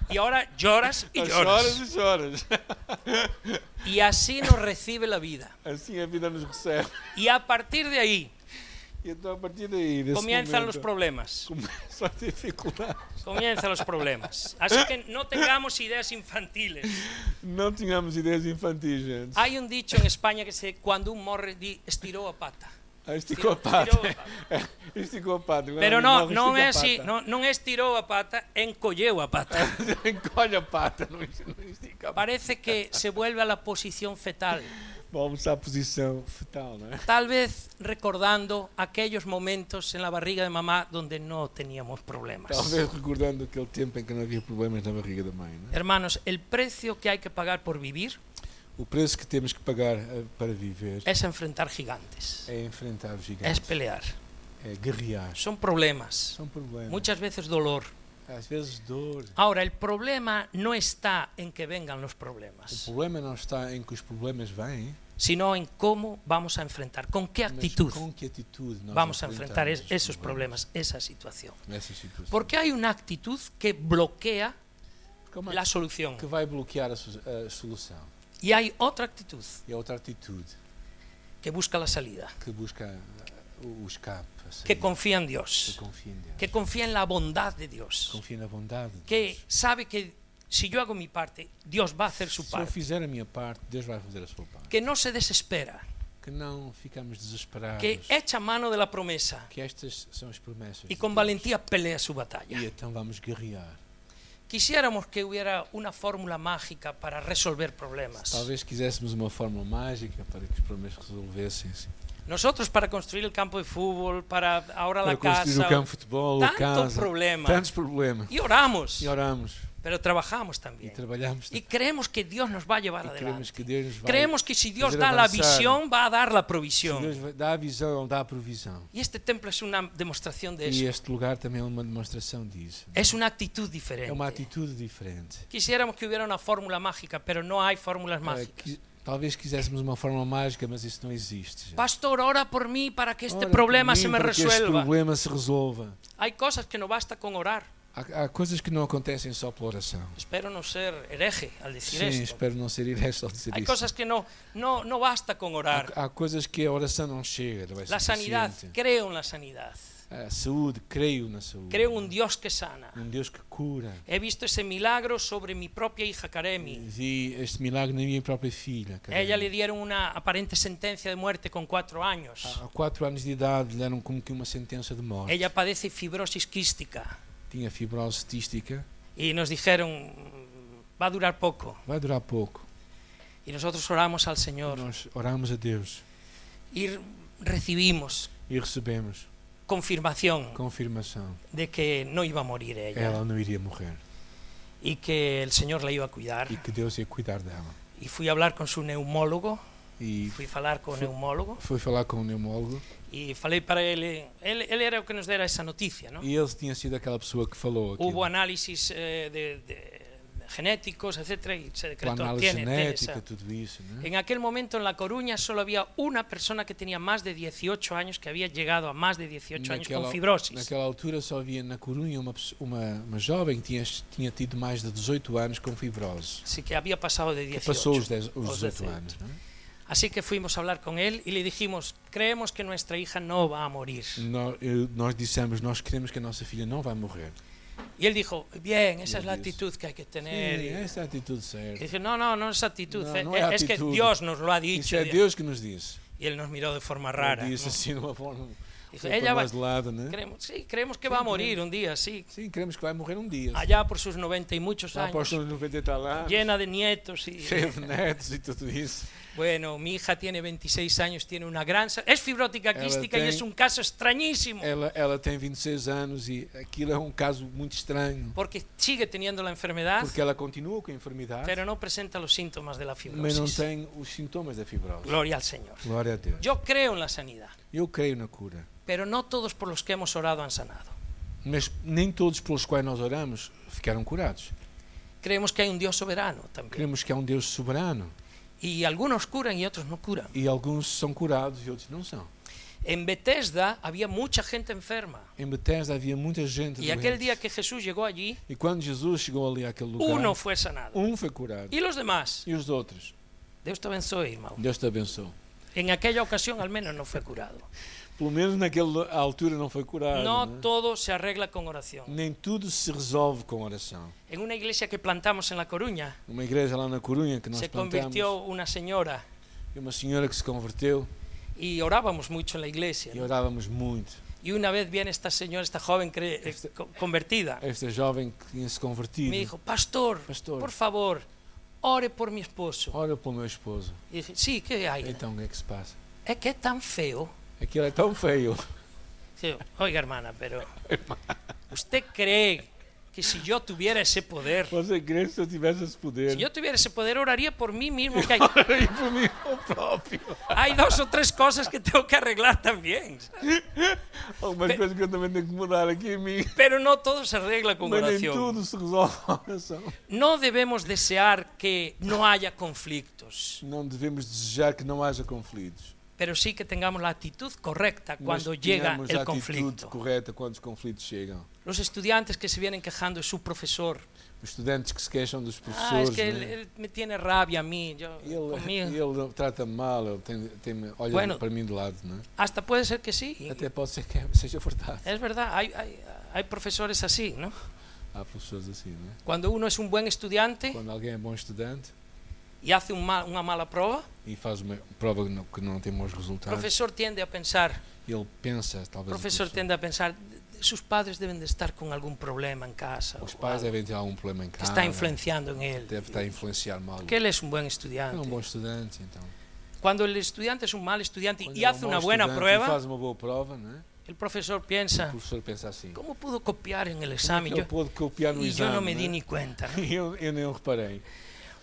Speaker 1: y ahora lloras y
Speaker 2: Mas
Speaker 1: lloras.
Speaker 2: choras e choras. <laughs>
Speaker 1: Y así nos recibe la vida.
Speaker 2: Assim a vida nos recebe.
Speaker 1: Y a partir de ahí
Speaker 2: E então a partir daí, desse
Speaker 1: comienzan los
Speaker 2: momento,
Speaker 1: problemas.
Speaker 2: começam as dificuldades.
Speaker 1: Comienzan los problemas. Así que no tengamos ideas infantiles.
Speaker 2: Não tínhamos ideias infantis, gente.
Speaker 1: Hay un dicho en España que se cuando un morre di- estiró a pata.
Speaker 2: Ah, Esticou a <laughs> pata. Esticou a pata. Agora
Speaker 1: Pero
Speaker 2: ele
Speaker 1: no,
Speaker 2: morre,
Speaker 1: non é
Speaker 2: estica a
Speaker 1: así,
Speaker 2: pata.
Speaker 1: non, non é estirou a pata, encolleu a pata.
Speaker 2: <laughs> Encolhe a pata, é? não, não estica a pata.
Speaker 1: Parece que se vuelve a la posición fetal.
Speaker 2: Vamos à posição fetal, não é?
Speaker 1: Tal vez recordando aquellos momentos en la barriga de mamá donde no teníamos problemas.
Speaker 2: Talvez recordando aquele tempo em que não havia problemas na barriga da mãe. Não é?
Speaker 1: Hermanos, el precio que hay que pagar por vivir
Speaker 2: O preço que temos que pagar eh, para viver
Speaker 1: es enfrentar gigantes,
Speaker 2: é enfrentar os
Speaker 1: es
Speaker 2: gigantes,
Speaker 1: pelear.
Speaker 2: é guerrear.
Speaker 1: Son problemas,
Speaker 2: São problemas.
Speaker 1: muchas veces dolor.
Speaker 2: Às vezes dor.
Speaker 1: Ahora, el problema no está en que vengan los
Speaker 2: O
Speaker 1: problemas,
Speaker 2: problema não está em que os problemas vêm,
Speaker 1: sino en cómo vamos a enfrentar, con qué
Speaker 2: mas
Speaker 1: actitud
Speaker 2: com que atitude nós
Speaker 1: vamos a enfrentar es-
Speaker 2: enfrentamos os
Speaker 1: esos problemas, esa situação.
Speaker 2: Nessa situação.
Speaker 1: Porque hay una actitud que bloquea
Speaker 2: Porque há uma
Speaker 1: la solución
Speaker 2: é que vai bloquear a, su- a solução.
Speaker 1: y hay otra actitud
Speaker 2: E é outra atitude
Speaker 1: que busca la salida,
Speaker 2: que busca ah, o escape, a
Speaker 1: que
Speaker 2: saída,
Speaker 1: confía en
Speaker 2: que
Speaker 1: Dios,
Speaker 2: confia em Deus,
Speaker 1: que confía en la bondad de Dios,
Speaker 2: confia na bondade de
Speaker 1: que é
Speaker 2: Deus.
Speaker 1: sabe que si yo hago mi parte, Dios va a hacer su
Speaker 2: Se eu
Speaker 1: parte,
Speaker 2: fizer a minha parte, Deus vai fazer a sua parte.
Speaker 1: que no se desespera,
Speaker 2: Que não ficamos desesperados.
Speaker 1: que é- echa mano de la promesa
Speaker 2: Que estas são as promessas.
Speaker 1: y
Speaker 2: de
Speaker 1: con
Speaker 2: Deus.
Speaker 1: valentía pelea su batalla.
Speaker 2: E então vamos guerrear.
Speaker 1: Quisiéramos que hubiera una fórmula mágica para resolver problemas.
Speaker 2: Talvez quiséssemos uma fórmula mágica para que os problemas resolvessem-se.
Speaker 1: Nosotros para construir el campo de fútbol, para ahora
Speaker 2: Para
Speaker 1: la
Speaker 2: construir o campo
Speaker 1: casa,
Speaker 2: de futebol, a
Speaker 1: tanto
Speaker 2: casa.
Speaker 1: problema.
Speaker 2: Tantos problemas.
Speaker 1: y oramos,
Speaker 2: E oramos.
Speaker 1: pero trabajamos
Speaker 2: E
Speaker 1: también.
Speaker 2: trabalhamos.
Speaker 1: Y creemos que Dios nos va a llevar
Speaker 2: e queremos
Speaker 1: adelante.
Speaker 2: que Deus nos vai.
Speaker 1: Creemos que si Dios
Speaker 2: fazer
Speaker 1: da la
Speaker 2: avançar.
Speaker 1: visión, va a dar la
Speaker 2: que Deus
Speaker 1: provisión.
Speaker 2: vai- dá a visão, dá a provisão.
Speaker 1: Y este templo es una demostración de
Speaker 2: E
Speaker 1: eso.
Speaker 2: este lugar também é uma demonstração disso.
Speaker 1: Es una actitud
Speaker 2: É uma
Speaker 1: diferente.
Speaker 2: atitude diferente.
Speaker 1: Quisiéramos que hubiera una fórmula mágica, pero no hay fórmulas
Speaker 2: Ah,
Speaker 1: mágicas.
Speaker 2: qui- Talvez quiséssemos uma fórmula mágica, mas isso não existe. já.
Speaker 1: Pastor, ora por mí para que este
Speaker 2: Ora por
Speaker 1: problema
Speaker 2: mim,
Speaker 1: se me
Speaker 2: para que Este
Speaker 1: resuelva.
Speaker 2: problema se resolva.
Speaker 1: Hay cosas que no basta con orar.
Speaker 2: Há, há coisas que não acontecem só pela oração.
Speaker 1: Espero no ser hereje al decir
Speaker 2: Sim,
Speaker 1: esto.
Speaker 2: espero não ser iresto ao dizer
Speaker 1: Hay
Speaker 2: isto.
Speaker 1: cosas que no, no, no basta con orar.
Speaker 2: Há, há coisas que a oração não chega. Não é
Speaker 1: La sanidad,
Speaker 2: suficiente.
Speaker 1: creo en la sanidad.
Speaker 2: A saúde, creio na saúde.
Speaker 1: Creo en un Dios que sana.
Speaker 2: Um Deus que cura.
Speaker 1: He visto ese milagro sobre mi propia hija Karemi.
Speaker 2: Vi este milagre na minha própria filha.
Speaker 1: A
Speaker 2: Karen.
Speaker 1: ella le dieron una aparente sentencia de muerte con cuatro años.
Speaker 2: Há quatro anos de idade lhe deram como que uma sentença de morte.
Speaker 1: Ella padece fibrosis quística
Speaker 2: Tinha fibrose tística.
Speaker 1: y nos dijeron, "Mm, va a durar poco.
Speaker 2: Vai durar pouco.
Speaker 1: Y nosotros oramos al Señor
Speaker 2: Nós oramos a Deus
Speaker 1: y re- recibimos
Speaker 2: e recebemos
Speaker 1: confirmación
Speaker 2: confirmação.
Speaker 1: de que no iba a morir ella
Speaker 2: Ela não iria morrer
Speaker 1: y que el Señor la iba a cuidar.
Speaker 2: e que Deus ia cuidar dela.
Speaker 1: Y fui a hablar con su neumólogo,
Speaker 2: E
Speaker 1: fui a falar con el neumólogo
Speaker 2: foi falar com o neumólogo
Speaker 1: y falei para él, eh, él, él era el que nos diera esa noticia, ¿no?
Speaker 2: e ele tinha sido aquela pessoa que falou aquilo.
Speaker 1: Hubo análisis eh, de, de genéticos, etcétera, y se
Speaker 2: Com a
Speaker 1: decretó
Speaker 2: análise
Speaker 1: tiene, tiene
Speaker 2: genética,
Speaker 1: esa".
Speaker 2: tudo isso, né?
Speaker 1: En aquel momento en La Coruña solo había una persona que tenía más de 18 años, que había llegado a más de 18 años con fibrosis.
Speaker 2: naquela altura só havia na Corunha uma, pesso- uma, uma jovem que tinha, tinha tido mais de 18 anos com fibrose.
Speaker 1: Así que había pasado de
Speaker 2: Que
Speaker 1: 18.
Speaker 2: passou os, 10, os
Speaker 1: os
Speaker 2: 18
Speaker 1: 18.
Speaker 2: anos. Né?
Speaker 1: Así que fuimos a hablar con él y le dijimos, creemos que nuestra hija no va a morir.
Speaker 2: Nós, eu- nós dissemos, nós queremos que a nossa filha não vai morrer.
Speaker 1: Y él dijo, bien, esa es la
Speaker 2: Dios.
Speaker 1: actitud que hay que tener.
Speaker 2: E
Speaker 1: Y-
Speaker 2: essa é a atitude
Speaker 1: Y
Speaker 2: certa.
Speaker 1: dice, no, no, no es actitud,
Speaker 2: No,
Speaker 1: eh,
Speaker 2: no
Speaker 1: eh,
Speaker 2: es
Speaker 1: es, que
Speaker 2: actitud.
Speaker 1: Dios nos lo ha dicho.
Speaker 2: Isso é Deus que nos disse.
Speaker 1: Y él nos miró de forma rara.
Speaker 2: Ele disse
Speaker 1: ¿no?
Speaker 2: assim de uma forma um
Speaker 1: Dijo,
Speaker 2: pouco
Speaker 1: ella va,
Speaker 2: mais de lado, né?
Speaker 1: creemos, sí, creemos que va a morir un día, sí,
Speaker 2: Sim, queremos que vai morrer um dia.
Speaker 1: allá por sus 90 y muchos
Speaker 2: Já
Speaker 1: años,
Speaker 2: aposto nos 90 está tá lá,
Speaker 1: llena de nietos. Y,
Speaker 2: cheio de netos e tudo isso.
Speaker 1: bueno, mi hija tiene 26 años, tiene una gran... sa- Es fibrótica
Speaker 2: Ela
Speaker 1: quística y
Speaker 2: tem-
Speaker 1: es un caso extrañísimo,
Speaker 2: Ela, ela tem 26 anos e aquilo é um caso muito estranho.
Speaker 1: porque sigue teniendo la enfermedad,
Speaker 2: Porque ela continua com a enfermidade,
Speaker 1: pero no presenta los síntomas de la
Speaker 2: mas não
Speaker 1: fibrosis.
Speaker 2: tem os sintomas da fibrose.
Speaker 1: Gloria al Señor.
Speaker 2: Glória a Deus.
Speaker 1: Yo creo en la sanidad,
Speaker 2: Eu creio na cura,
Speaker 1: pero no todos por los que hemos orado han sanado.
Speaker 2: mas nem todos pelos quais nós oramos ficaram curados.
Speaker 1: Creemos que hay un Dios soberano también.
Speaker 2: Cremos que há um Deus soberano
Speaker 1: Y algunos curan y otros no curan.
Speaker 2: e alguns são curados e outros não são.
Speaker 1: En Bethesda había mucha gente enferma.
Speaker 2: Em Bethesda havia muita gente
Speaker 1: Y aquel
Speaker 2: doente.
Speaker 1: día que Jesús llegó allí,
Speaker 2: E quando Jesus chegou ali àquele lugar,
Speaker 1: uno fue sanado.
Speaker 2: um foi curado
Speaker 1: Y los demás,
Speaker 2: e os outros.
Speaker 1: Dios te bendiga, hermano.
Speaker 2: Deus te abençoe.
Speaker 1: En aquella ocasión al menos no fue curado.
Speaker 2: Pelo menos naquela altura não foi curado.
Speaker 1: No
Speaker 2: né?
Speaker 1: todo se arregla con oración.
Speaker 2: Nem tudo se resolve com oração.
Speaker 1: En una iglesia que plantamos en La Coruña,
Speaker 2: Uma igreja lá na Corunha que nós
Speaker 1: se
Speaker 2: plantamos,
Speaker 1: convirtió una señora
Speaker 2: e uma senhora que se converteu
Speaker 1: y orábamos mucho en la iglesia.
Speaker 2: e
Speaker 1: ¿no?
Speaker 2: orávamos muito.
Speaker 1: Y una vez viene esta señora, esta joven cre- eh, co- convertida,
Speaker 2: Esta jovem que tinha se convertido
Speaker 1: me dijo, pastor,
Speaker 2: Pastor.
Speaker 1: por favor, ore por mi esposo.
Speaker 2: Ora pelo meu esposo.
Speaker 1: E dije, sí, ¿qué hay?
Speaker 2: Então o que é que se passa?
Speaker 1: Es que es tan feo.
Speaker 2: Aquilo é tão feio. <laughs>
Speaker 1: Digo, Oiga, hermana, <laughs> pero ¿usted cree que si yo tuviera ese poder,
Speaker 2: Você crê se eu tivesse esse poder?
Speaker 1: si
Speaker 2: <laughs>
Speaker 1: yo tuviera ese poder, oraría por mí mismo? <laughs> Que hay,
Speaker 2: Ora aí por mim eu próprio.
Speaker 1: hay dos o tres cosas que tengo que arreglar también.
Speaker 2: Algumas coisas que eu também tenho que mudar aqui em mim.
Speaker 1: Pero no todo se arregla con
Speaker 2: Mas nem
Speaker 1: oración.
Speaker 2: tudo se resolve com oração.
Speaker 1: No debemos desear que no haya conflictos,
Speaker 2: Não devemos desejar que não haja conflitos.
Speaker 1: pero sí que tengamos la actitud correcta cuando
Speaker 2: Mas
Speaker 1: llega
Speaker 2: tenhamos a
Speaker 1: el
Speaker 2: atitude
Speaker 1: conflicto.
Speaker 2: correta quando os conflitos chegam.
Speaker 1: Los estudiantes que se vienen quejando de su profesor,
Speaker 2: Os estudantes que se queixam dos
Speaker 1: ah,
Speaker 2: professores.
Speaker 1: es que él,
Speaker 2: né?
Speaker 1: él me tiene rabia a mí, yo,
Speaker 2: Ele,
Speaker 1: conmigo.
Speaker 2: ele trata-me mal, ele tem, tem- olha
Speaker 1: Bueno.
Speaker 2: para mim de lado, não é?
Speaker 1: Hasta puede ser que sí.
Speaker 2: Até pode ser que <laughs> seja verdade.
Speaker 1: Es verdad, hay, hay- hay profesores así, ¿no?
Speaker 2: Há professores assim, não é?
Speaker 1: Cuando uno es un buen estudiante
Speaker 2: Quando alguém é bom estudante
Speaker 1: y hace un ma- una mala prueba,
Speaker 2: e faz uma prova que não, que não tem bons
Speaker 1: el
Speaker 2: resultados,
Speaker 1: profesor tiende a pensar,
Speaker 2: ele pensa,
Speaker 1: el
Speaker 2: talvez. o
Speaker 1: profesor tiende a pensar, sus padres deben de estar con algún problema en casa,
Speaker 2: Os
Speaker 1: o
Speaker 2: pais
Speaker 1: algo
Speaker 2: devem ter algum problema em
Speaker 1: que
Speaker 2: casa.
Speaker 1: está influenciando en
Speaker 2: Deve
Speaker 1: él.
Speaker 2: estar a influenciar mal.
Speaker 1: Que él es un buen
Speaker 2: É um
Speaker 1: estudiante.
Speaker 2: bom estudante, então.
Speaker 1: Cuando el estudiante es un mal estudiante
Speaker 2: Quando
Speaker 1: y
Speaker 2: é um
Speaker 1: hace
Speaker 2: bom
Speaker 1: una buena
Speaker 2: estudante e
Speaker 1: prueba,
Speaker 2: Faz uma boa prova, não é?
Speaker 1: el profesor
Speaker 2: O
Speaker 1: piensa,
Speaker 2: professor pensa assim.
Speaker 1: ¿cómo pudo copiar en el
Speaker 2: Como é
Speaker 1: examen?
Speaker 2: que ele
Speaker 1: Yo,
Speaker 2: pôde copiar no
Speaker 1: y yo
Speaker 2: exame.
Speaker 1: no me
Speaker 2: né?
Speaker 1: di ni cuenta. ¿no? <laughs>
Speaker 2: <laughs> eu, eu nem o reparei.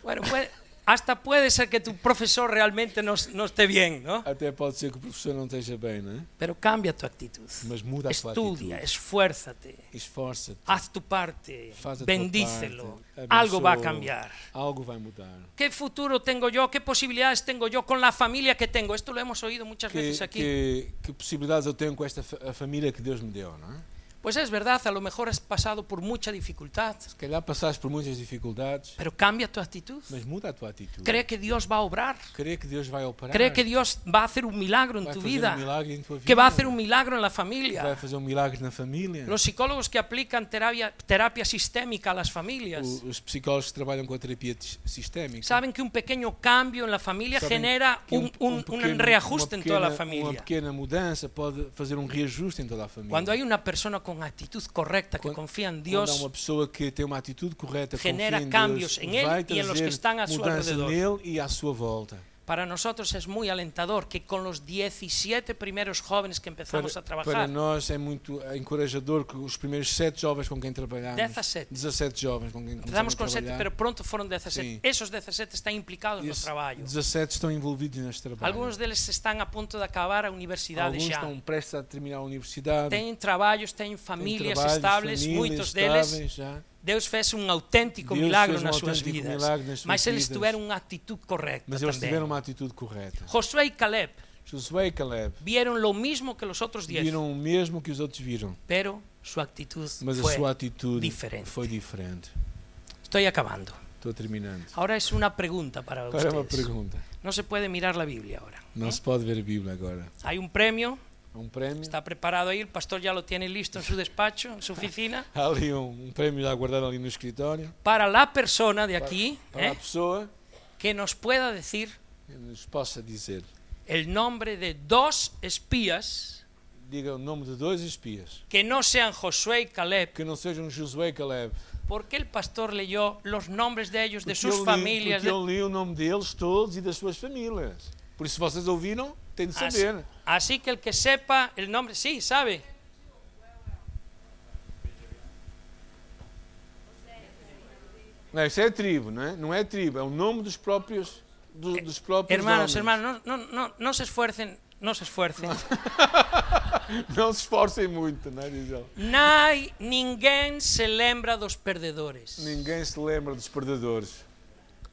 Speaker 1: Bueno, puede- hasta puede ser que tu profesor realmente no, no esté bien, ¿no?
Speaker 2: Até pode ser que o professor não esteja bem, não é?
Speaker 1: Pero cambia tu actitud.
Speaker 2: Mas muda a tua
Speaker 1: Estudia,
Speaker 2: atitude.
Speaker 1: esfuérzate,
Speaker 2: Esforça-te.
Speaker 1: haz tu parte,
Speaker 2: Faz a tua
Speaker 1: bendícelo.
Speaker 2: parte,
Speaker 1: Algo va a
Speaker 2: abençoa-o.
Speaker 1: cambiar.
Speaker 2: Algo vai mudar.
Speaker 1: ¿Qué futuro tengo yo? ¿Qué posibilidades tengo yo con la familia que tengo? Esto lo hemos oído muchas veces
Speaker 2: Que,
Speaker 1: aquí.
Speaker 2: que, que possibilidades eu tenho com esta fa- a família que Deus me deu, não é?
Speaker 1: Pues es verdad, a lo mejor has pasado por mucha dificultad,
Speaker 2: Se calhar passaste por muitas dificuldades,
Speaker 1: pero cambia tu actitud.
Speaker 2: mas muda a tua atitude.
Speaker 1: Cree que Dios va a obrar.
Speaker 2: Crê que Deus vai operar.
Speaker 1: Cree que Dios va a hacer un milagro en
Speaker 2: vai
Speaker 1: tu
Speaker 2: fazer
Speaker 1: vida,
Speaker 2: um milagre em tua vida.
Speaker 1: que um va a hacer un milagro en la
Speaker 2: Vai
Speaker 1: familia.
Speaker 2: fazer um milagre na família.
Speaker 1: Los psicólogos que aplican terapia, terapia sistémica a las familias.
Speaker 2: O- Os psicólogos que trabalham com a terapia tis- sistémica
Speaker 1: saben que un pequeño cambio en la familia
Speaker 2: sabem
Speaker 1: genera
Speaker 2: que
Speaker 1: uh.
Speaker 2: um
Speaker 1: un, un- un
Speaker 2: pequeno-
Speaker 1: reajuste en
Speaker 2: uma
Speaker 1: toda la
Speaker 2: pequena- Uma
Speaker 1: familia.
Speaker 2: pequena mudança pode fazer um reajuste em toda a família.
Speaker 1: Cuando hay una persona con actitud correcta que
Speaker 2: Quando-
Speaker 1: confía en
Speaker 2: Quando há
Speaker 1: Dios,
Speaker 2: uma pessoa que tem uma atitude correta,
Speaker 1: genera
Speaker 2: confia em
Speaker 1: cambios
Speaker 2: Deus,
Speaker 1: em ele
Speaker 2: vai
Speaker 1: e em los que
Speaker 2: trazer
Speaker 1: estão a seu
Speaker 2: mudança
Speaker 1: alrededor.
Speaker 2: nele e à sua volta.
Speaker 1: para nosotros es muy alentador que con los 17 primeros jóvenes que empezamos a
Speaker 2: Para, para
Speaker 1: trabajar,
Speaker 2: nós é muito encorajador que os primeiros sete jovens com quem trabalhamos,
Speaker 1: 17.
Speaker 2: 17 jovens com quem começamos
Speaker 1: empezamos
Speaker 2: a
Speaker 1: con 7,
Speaker 2: trabalhar,
Speaker 1: pero pronto fueron 17.
Speaker 2: Sim.
Speaker 1: E Esos 17 están implicados en
Speaker 2: e
Speaker 1: el
Speaker 2: esses
Speaker 1: trabajo.
Speaker 2: 17 estão envolvidos neste trabalho.
Speaker 1: Algunos de ellos están a punto de acabar a universidade
Speaker 2: Alguns
Speaker 1: ya.
Speaker 2: estão prestes a terminar a universidade,
Speaker 1: Tienen trabajos, tienen
Speaker 2: têm
Speaker 1: familias
Speaker 2: trabalhos,
Speaker 1: estables,
Speaker 2: famílias
Speaker 1: muitos deles
Speaker 2: estáveis já.
Speaker 1: Deus fez um autêntico
Speaker 2: Deus
Speaker 1: milagre
Speaker 2: fez um
Speaker 1: nas suas
Speaker 2: autêntico
Speaker 1: vidas,
Speaker 2: milagre nas suas
Speaker 1: mas eles
Speaker 2: vidas.
Speaker 1: tiveram uma atitude correta
Speaker 2: Mas eles
Speaker 1: também.
Speaker 2: tiveram uma atitude correta.
Speaker 1: Josué e Caleb
Speaker 2: Josué e Caleb
Speaker 1: vieron lo mismo que os outros diez,
Speaker 2: viram o mesmo que os outros viram,
Speaker 1: pero sua actitud
Speaker 2: mas a
Speaker 1: foi.
Speaker 2: sua atitude
Speaker 1: diferente.
Speaker 2: foi diferente.
Speaker 1: Estou acabando.
Speaker 2: Estou terminando.
Speaker 1: Agora é uma pergunta para
Speaker 2: Agora é uma
Speaker 1: vocês.
Speaker 2: pergunta.
Speaker 1: Não se pode mirar a Bíblia agora.
Speaker 2: Não se pode ver a Bíblia agora.
Speaker 1: Há um prêmio,
Speaker 2: Há um prémio.
Speaker 1: está preparado aí, o pastor já lo tiene listo em seu despacho, em
Speaker 2: Ah.
Speaker 1: sua oficina,
Speaker 2: Há ali um, um prémio já guardado ali no escritório.
Speaker 1: para a persona de aqui
Speaker 2: Para
Speaker 1: eh,
Speaker 2: a pessoa
Speaker 1: que nos pueda decir
Speaker 2: que nos possa dizer.
Speaker 1: o nome de dois espias
Speaker 2: Diga o nome de dois espias.
Speaker 1: que não sejam Josué e Caleb
Speaker 2: Que não sejam Josué e Caleb.
Speaker 1: ¿Por qué el pastor leyó los nombres de ellos, de
Speaker 2: eu
Speaker 1: sus
Speaker 2: li-
Speaker 1: familias?
Speaker 2: porque
Speaker 1: de-
Speaker 2: eu li o nome deles todos e das suas famílias. Por isso, se vocês ouviram, têm de
Speaker 1: Así,
Speaker 2: saber.
Speaker 1: así que el que sepa el nombre, sí, sabe.
Speaker 2: Pues Não, isso é tribo, não é? Não é tribo, é o nome dos próprios, do-
Speaker 1: É,
Speaker 2: dos próprios
Speaker 1: Hermanos,
Speaker 2: homens.
Speaker 1: hermanos, no, no, no, no se esfuercen, no se <laughs> esfuercen.
Speaker 2: Não se esforcem muito, não é? Diz ele.
Speaker 1: Nai, ninguém se lembra dos perdedores.
Speaker 2: Ninguém se lembra dos perdedores.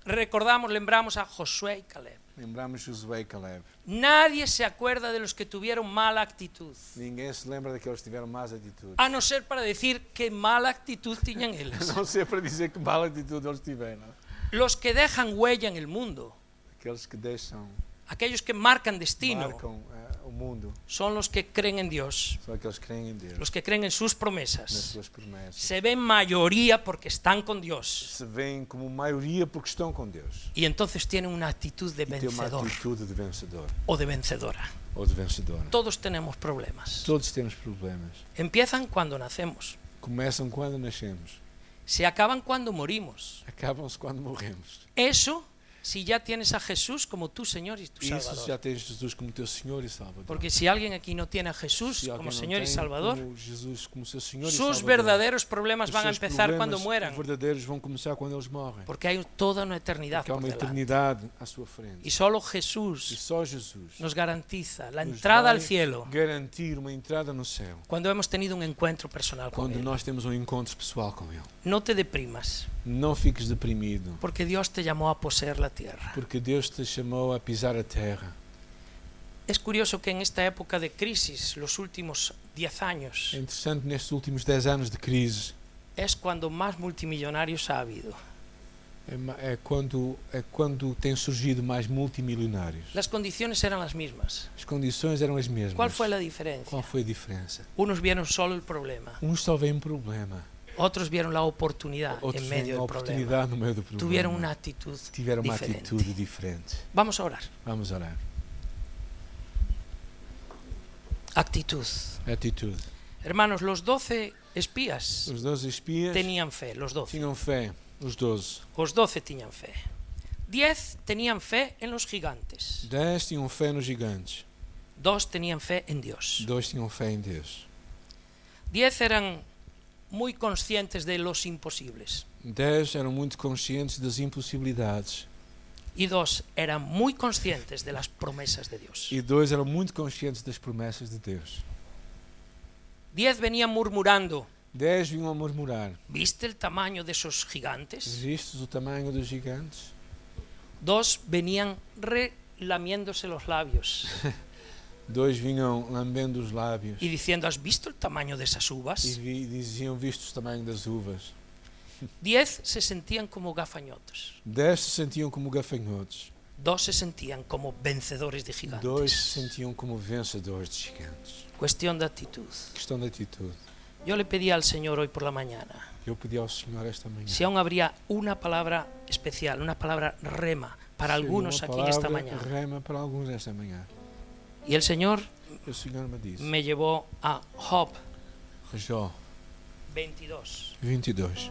Speaker 1: Recordamos, lembramos a Josué y Caleb.
Speaker 2: Lembramos Josué e Caleb.
Speaker 1: Nadie se acuerda de los que tuvieron mala actitud.
Speaker 2: Ninguém se lembra daqueles que tiveram más atitude.
Speaker 1: A no ser para decir qué mala actitud tenían ellos.
Speaker 2: Não sei para dizer que mala atitude eles tiveram. é?
Speaker 1: Los que dejan huella en el mundo,
Speaker 2: Aqueles que deixam,
Speaker 1: aquellos que marcan destino,
Speaker 2: marcam eh, o mundo,
Speaker 1: son los que creen en Dios.
Speaker 2: são aqueles que creem em Deus,
Speaker 1: los que creen en sus
Speaker 2: nas
Speaker 1: promesas,
Speaker 2: suas promessas.
Speaker 1: se ven mayoría porque están con Dios
Speaker 2: Se veem como maioria porque estão com Deus.
Speaker 1: y entonces tienen una actitud de
Speaker 2: E têm uma
Speaker 1: vencedor
Speaker 2: atitude de vencedor
Speaker 1: o de vencedora.
Speaker 2: ou de vencedora.
Speaker 1: Todos tenemos problemas.
Speaker 2: Todos temos problemas.
Speaker 1: Empiezan cuando nacemos
Speaker 2: Começam quando nascemos
Speaker 1: se acaban cuando morimos.
Speaker 2: acabam-se quando morremos.
Speaker 1: Eso si ya tienes a Jesús como tu Señor y tu
Speaker 2: E isso se
Speaker 1: Salvador.
Speaker 2: já tens Jesus como teu Senhor e Salvador.
Speaker 1: Porque si alguien aquí no tiene a Jesús
Speaker 2: Se alguém
Speaker 1: como
Speaker 2: não
Speaker 1: Señor y
Speaker 2: tem
Speaker 1: Salvador,
Speaker 2: como Jesus como seu Senhor e
Speaker 1: sus
Speaker 2: Salvador,
Speaker 1: verdaderos problemas
Speaker 2: os
Speaker 1: van a
Speaker 2: seus
Speaker 1: empezar cuando mueran.
Speaker 2: problemas verdadeiros vão começar quando eles morrem.
Speaker 1: Porque hay toda una eternidad
Speaker 2: Porque há
Speaker 1: por
Speaker 2: uma
Speaker 1: delante.
Speaker 2: eternidade à sua frente.
Speaker 1: Y solo
Speaker 2: E
Speaker 1: Jesús
Speaker 2: só Jesus
Speaker 1: nos garantiza la
Speaker 2: nos
Speaker 1: entrada
Speaker 2: vai
Speaker 1: al cielo
Speaker 2: garantir uma entrada no céu
Speaker 1: cuando hemos tenido un encuentro personal con
Speaker 2: quando
Speaker 1: Él.
Speaker 2: nós temos um encontro pessoal com Ele.
Speaker 1: No te deprimas,
Speaker 2: Não fiques deprimido,
Speaker 1: porque Dios te llamó a poseer la tierra.
Speaker 2: porque Deus te chamou a pisar a terra.
Speaker 1: Es curioso que en esta época de crisis, los últimos 10
Speaker 2: É
Speaker 1: años,
Speaker 2: interessante, nestes últimos 10 anos de crise,
Speaker 1: es cuando más multimillonarios ha habido.
Speaker 2: é, ma- é quando, é quando têm surgido mais multimilionários.
Speaker 1: Las condiciones eran las mismas.
Speaker 2: As condições eram as mesmas.
Speaker 1: ¿Cuál fue la diferencia?
Speaker 2: Qual foi a diferença?
Speaker 1: Unos vieron solo el problema,
Speaker 2: Uns só veem problema,
Speaker 1: Ah, otros vieron la oportunidad
Speaker 2: outros
Speaker 1: en medio
Speaker 2: veem a
Speaker 1: del problema.
Speaker 2: oportunidade no meio do problema.
Speaker 1: Tuvieron una actitud
Speaker 2: Tiveram uma
Speaker 1: diferente.
Speaker 2: atitude diferente.
Speaker 1: Vamos a orar.
Speaker 2: Vamos orar.
Speaker 1: Actitud.
Speaker 2: Atitude.
Speaker 1: Hermanos, los doce espías
Speaker 2: Os 12 espias
Speaker 1: tenían fe, los doce.
Speaker 2: tinham fé, os 12.
Speaker 1: Los doce tenían fe. Diez tenían fe en los gigantes.
Speaker 2: 10 tinham fé nos gigantes,
Speaker 1: Dos tenían fe en Dios.
Speaker 2: dois tinham fé em Deus.
Speaker 1: Diez eran muy conscientes de los imposibles.
Speaker 2: 10 eram muito conscientes das impossibilidades
Speaker 1: Y dos eran muy conscientes de las promesas de Dios.
Speaker 2: e dois eram muito conscientes das promessas de Deus.
Speaker 1: Diez venían murmurando.
Speaker 2: 10 vinham a murmurar:
Speaker 1: ¿Viste el tamaño de esos gigantes?
Speaker 2: Vistes o tamanho dos gigantes?
Speaker 1: Dos venían relamiéndose los labios
Speaker 2: Dois vinham lambendo os lábios
Speaker 1: y diciendo, ¿has visto el tamaño de esas
Speaker 2: e
Speaker 1: uvas?
Speaker 2: vi- diziam: Vistos o tamanho das uvas.
Speaker 1: Diez se sentían como gafañotos.
Speaker 2: 10 se sentiam como gafanhotos,
Speaker 1: Dos se sentían como vencedores de
Speaker 2: dois se
Speaker 1: gigantes.
Speaker 2: sentiam como vencedores de gigantes.
Speaker 1: Cuestión de actitud.
Speaker 2: Questão de atitude.
Speaker 1: Yo le pedí al Señor hoy por la mañana
Speaker 2: Eu pedi ao Senhor esta manhã.
Speaker 1: si aún habría una palabra especial, una palabra rema para
Speaker 2: Seria
Speaker 1: algunos
Speaker 2: uma
Speaker 1: aquí en esta
Speaker 2: palavra
Speaker 1: mañana.
Speaker 2: Rema para alguns esta manhã.
Speaker 1: Y el Señor
Speaker 2: O Senhor me disse,
Speaker 1: me llevó a Job
Speaker 2: Jó
Speaker 1: 22,
Speaker 2: 22,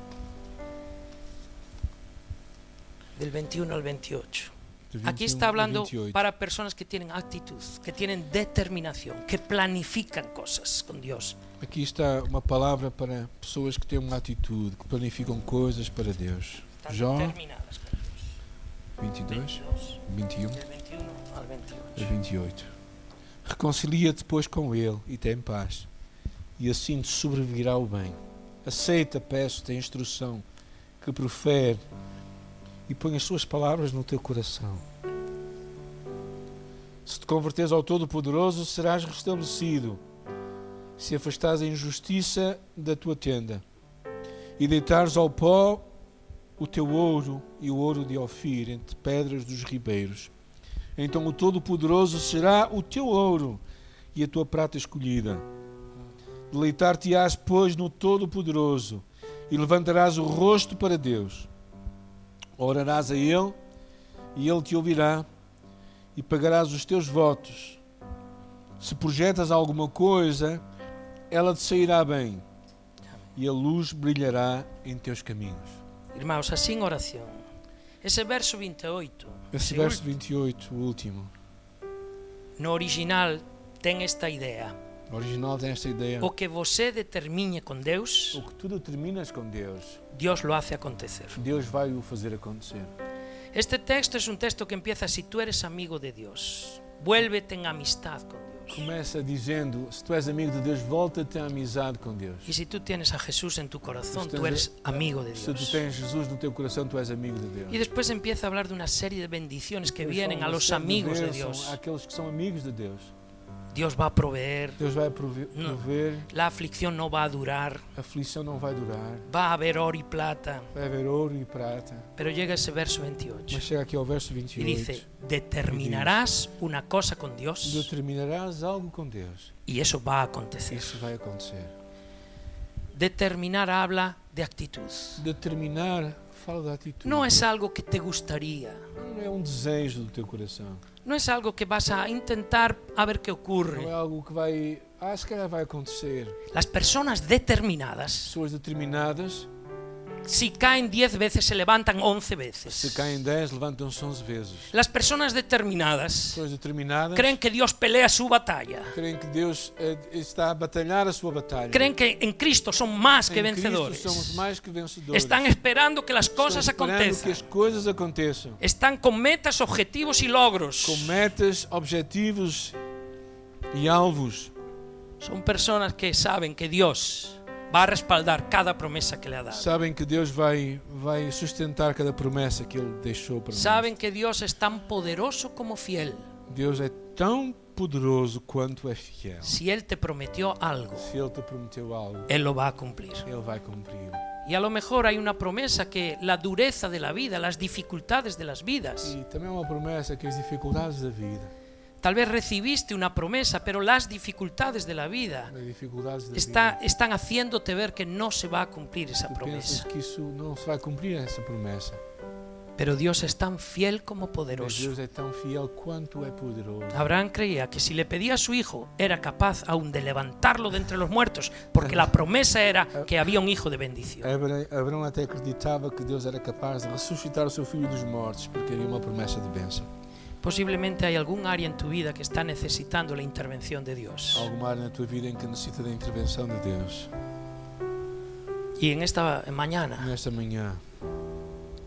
Speaker 1: del 21 al 28.
Speaker 2: de 21
Speaker 1: Aquí está hablando
Speaker 2: 28.
Speaker 1: para personas que tienen actitud, que tienen determinación, que planifican cosas con Dios.
Speaker 2: Aqui está uma palavra para pessoas que têm uma atitude, que planificam coisas para Deus.
Speaker 1: Están
Speaker 2: Jó
Speaker 1: determinadas.
Speaker 2: 22,
Speaker 1: 22,
Speaker 2: 21
Speaker 1: del 21 al 28.
Speaker 2: a 28. Reconcilia-te, pois, com Ele e tem paz, e assim te sobrevirá o bem. Aceita, peço-te, a instrução que profere e põe as suas palavras no teu coração. Se te converteres ao Todo-Poderoso, serás restabelecido. Se afastares a injustiça da tua tenda e deitares ao pó o teu ouro e o ouro de Ofir entre pedras dos ribeiros, então o Todo-Poderoso será o teu ouro e a tua prata escolhida. Deleitar-te-ás, pois, no Todo-Poderoso e levantarás o rosto para Deus. Orarás a Ele e Ele te ouvirá e pagarás os teus votos. Se projetas alguma coisa, ela te sairá bem e a luz brilhará em teus caminhos.
Speaker 1: Irmãos, así en oración. Ese verso 28,
Speaker 2: Esse
Speaker 1: ese
Speaker 2: verso
Speaker 1: ul-
Speaker 2: 28, o último,
Speaker 1: no original, ten esta idea.
Speaker 2: o original tem esta ideia.
Speaker 1: O que você determine com Deus,
Speaker 2: O que tu determinas com Deus,
Speaker 1: Dios lo hace acontecer.
Speaker 2: Deus vai o fazer acontecer.
Speaker 1: Este texto es un texto que empieza si tú eres amigo de Dios, vuélvete en amistad con Dios.
Speaker 2: Começa dizendo: se tu és amigo de Deus, volta-te à amizade com Deus.
Speaker 1: Y si tú tienes a Jesús en tu corazón,
Speaker 2: Estás
Speaker 1: tú eres
Speaker 2: de-
Speaker 1: amigo de
Speaker 2: Se tu
Speaker 1: Dios.
Speaker 2: tens Jesus no teu coração, tu és amigo de Deus.
Speaker 1: Y después empieza a hablar de una serie de bendiciones que
Speaker 2: Deus
Speaker 1: vienen
Speaker 2: fala
Speaker 1: a los
Speaker 2: sempre
Speaker 1: amigos de
Speaker 2: bênção
Speaker 1: Dios.
Speaker 2: Àqueles que são amigos de Deus.
Speaker 1: Dios va a proveer,
Speaker 2: Deus vai prove-
Speaker 1: Não.
Speaker 2: prover,
Speaker 1: la aflicción no va a durar,
Speaker 2: a aflição não vai durar.
Speaker 1: va a haber oro y plata.
Speaker 2: Vai haver ouro e prata.
Speaker 1: Pero llega ese verso 28.
Speaker 2: Mas chega aqui ao verso
Speaker 1: Y
Speaker 2: 28.
Speaker 1: dice, determinarás una cosa con Dios
Speaker 2: Determinarás algo com Deus.
Speaker 1: y eso va a acontecer.
Speaker 2: Isso vai acontecer.
Speaker 1: Determinar habla de actitud.
Speaker 2: Determinar, fala da atitude.
Speaker 1: No es algo que te gustaría,
Speaker 2: Não é um desejo do teu coração.
Speaker 1: no es algo que vas a intentar a ver qué
Speaker 2: Não é
Speaker 1: ocurre.
Speaker 2: algo que vai. Ah, se calhar vai acontecer.
Speaker 1: Las personas determinadas
Speaker 2: Pessoas determinadas
Speaker 1: si caen 10 veces, se levantan 11
Speaker 2: Se
Speaker 1: veces.
Speaker 2: caem 10, levantam-se 11 vezes.
Speaker 1: Las personas determinadas
Speaker 2: Pessoas determinadas
Speaker 1: creen que Dios pelea su batalla.
Speaker 2: creem que Deus eh, está a batalhar a sua batalha.
Speaker 1: Creen que en Cristo son más que
Speaker 2: em Cristo
Speaker 1: vencedores.
Speaker 2: somos mais que vencedores.
Speaker 1: Están esperando que las cosas
Speaker 2: Estão esperando que as
Speaker 1: acontezcan.
Speaker 2: coisas aconteçam.
Speaker 1: Están con metas, objetivos y logros.
Speaker 2: Com metas, objetivos e alvos.
Speaker 1: Son personas que saben que Dios va a respaldar cada promesa que le ha dado.
Speaker 2: Sabem que Deus vai, vai sustentar cada promessa que Ele deixou para nós.
Speaker 1: Saben que Dios es tan poderoso como fiel.
Speaker 2: Deus é tão poderoso quanto é fiel.
Speaker 1: Si Él te prometió algo,
Speaker 2: Se Ele te prometeu algo,
Speaker 1: Él lo va a cumplir.
Speaker 2: Ele vai cumprir.
Speaker 1: Y a lo mejor hay una promesa que la dureza de la vida, las dificultades de las vidas,
Speaker 2: E também é uma promessa que as dificuldades da vida,
Speaker 1: tal vez recibiste una promesa, pero las dificultades de la vida
Speaker 2: as dificuldades da
Speaker 1: está-
Speaker 2: vida,
Speaker 1: están haciéndote ver que no se va a cumplir esa
Speaker 2: tu pensas
Speaker 1: promesa.
Speaker 2: que isso não se vai cumprir essa promessa.
Speaker 1: Pero Dios es tan fiel como
Speaker 2: Mas
Speaker 1: poderoso. Ah,
Speaker 2: Deus é tão fiel quanto é poderoso.
Speaker 1: Abraham creía que si le pedía a su hijo era capaz aún de levantarlo de entre los muertos, porque la promesa era que había un hijo de bendición.
Speaker 2: Abra- Abraão até acreditava que Deus era capaz de ressuscitar o seu filho dos mortos, porque havia uma promessa de bênção.
Speaker 1: Posiblemente hay algún área en tu vida que está necesitando la intervención de
Speaker 2: Há
Speaker 1: Dios.
Speaker 2: alguma área na tua vida em que necessita da intervenção de Deus.
Speaker 1: Y en esta mañana
Speaker 2: Nesta manhã,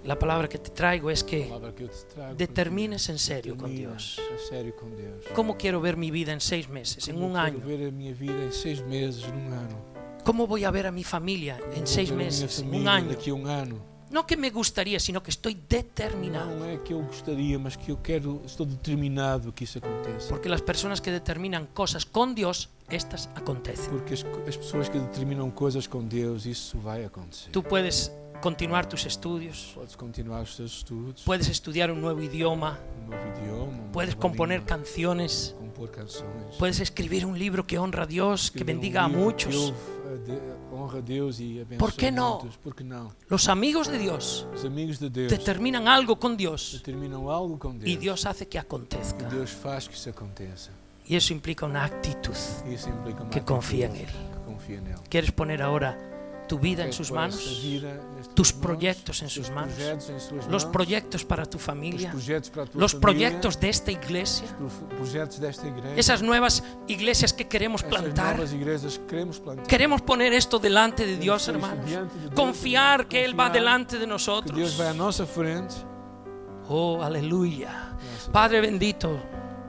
Speaker 1: la palabra que te traigo es
Speaker 2: a
Speaker 1: que
Speaker 2: palavra que eu te trago.
Speaker 1: determines en serio con
Speaker 2: Determina
Speaker 1: Dios.
Speaker 2: a sério com Deus.
Speaker 1: ¿Cómo quiero ver mi vida en seis meses, en
Speaker 2: Como
Speaker 1: un
Speaker 2: eu quero
Speaker 1: año?
Speaker 2: ver a minha vida em seis meses, num ano.
Speaker 1: ¿Cómo voy a ver a mi familia
Speaker 2: Como
Speaker 1: en
Speaker 2: vou
Speaker 1: seis
Speaker 2: ver a minha
Speaker 1: meses, en un
Speaker 2: família
Speaker 1: año?
Speaker 2: Daqui a um ano.
Speaker 1: No que me gustaría, sino que estoy determinado.
Speaker 2: Não é que eu gostaria, mas que eu quero, estou determinado que isso aconteça.
Speaker 1: Porque las personas que determinan cosas con Dios, estas acontecen.
Speaker 2: Porque as, co- as pessoas que determinam coisas com Deus, isso vai acontecer.
Speaker 1: Tú puedes continuar tus estudios,
Speaker 2: Podes continuar os teus estudos,
Speaker 1: puedes estudiar un nuevo idioma,
Speaker 2: um novo idioma, uma
Speaker 1: puedes
Speaker 2: nova
Speaker 1: componer
Speaker 2: língua,
Speaker 1: canciones,
Speaker 2: compor canções.
Speaker 1: puedes escribir un libro que honra a Dios, que
Speaker 2: escrever um
Speaker 1: bendiga a
Speaker 2: livro que
Speaker 1: muchos.
Speaker 2: ouve a de- honra a Deus e abençoa
Speaker 1: Por que não?
Speaker 2: muitos. Por que não?
Speaker 1: Los amigos de Dios
Speaker 2: Os amigos de Deus
Speaker 1: determinan algo con Dios
Speaker 2: determinam algo com Deus.
Speaker 1: y Dios hace que
Speaker 2: E
Speaker 1: acontezca.
Speaker 2: Deus faz que isso aconteça.
Speaker 1: Y eso implica una actitud.
Speaker 2: E isso implica uma
Speaker 1: Que confia
Speaker 2: atitude
Speaker 1: em
Speaker 2: Que confia nele.
Speaker 1: ¿Quieres poner ahora tu vida en
Speaker 2: Quer
Speaker 1: sus
Speaker 2: pôr esta
Speaker 1: manos?
Speaker 2: vida nas tuas
Speaker 1: tus
Speaker 2: mãos,
Speaker 1: proyectos en
Speaker 2: os
Speaker 1: sus
Speaker 2: teus
Speaker 1: manos,
Speaker 2: projetos em suas
Speaker 1: Los
Speaker 2: mãos,
Speaker 1: proyectos para tu
Speaker 2: os
Speaker 1: familia,
Speaker 2: projetos para a tua
Speaker 1: los
Speaker 2: família,
Speaker 1: proyectos de esta iglesia,
Speaker 2: os pro- projetos desta igreja,
Speaker 1: esas nuevas iglesias que queremos
Speaker 2: estas
Speaker 1: plantar.
Speaker 2: novas igrejas que queremos plantar.
Speaker 1: Queremos poner esto delante de Dios,
Speaker 2: Esto es
Speaker 1: hermanos.
Speaker 2: delante de Dios.
Speaker 1: Confiar que Él va
Speaker 2: Confiar
Speaker 1: delante de
Speaker 2: que Deus vai à
Speaker 1: nosotros.
Speaker 2: nossa frente.
Speaker 1: Oh, aleluya. Padre bendito,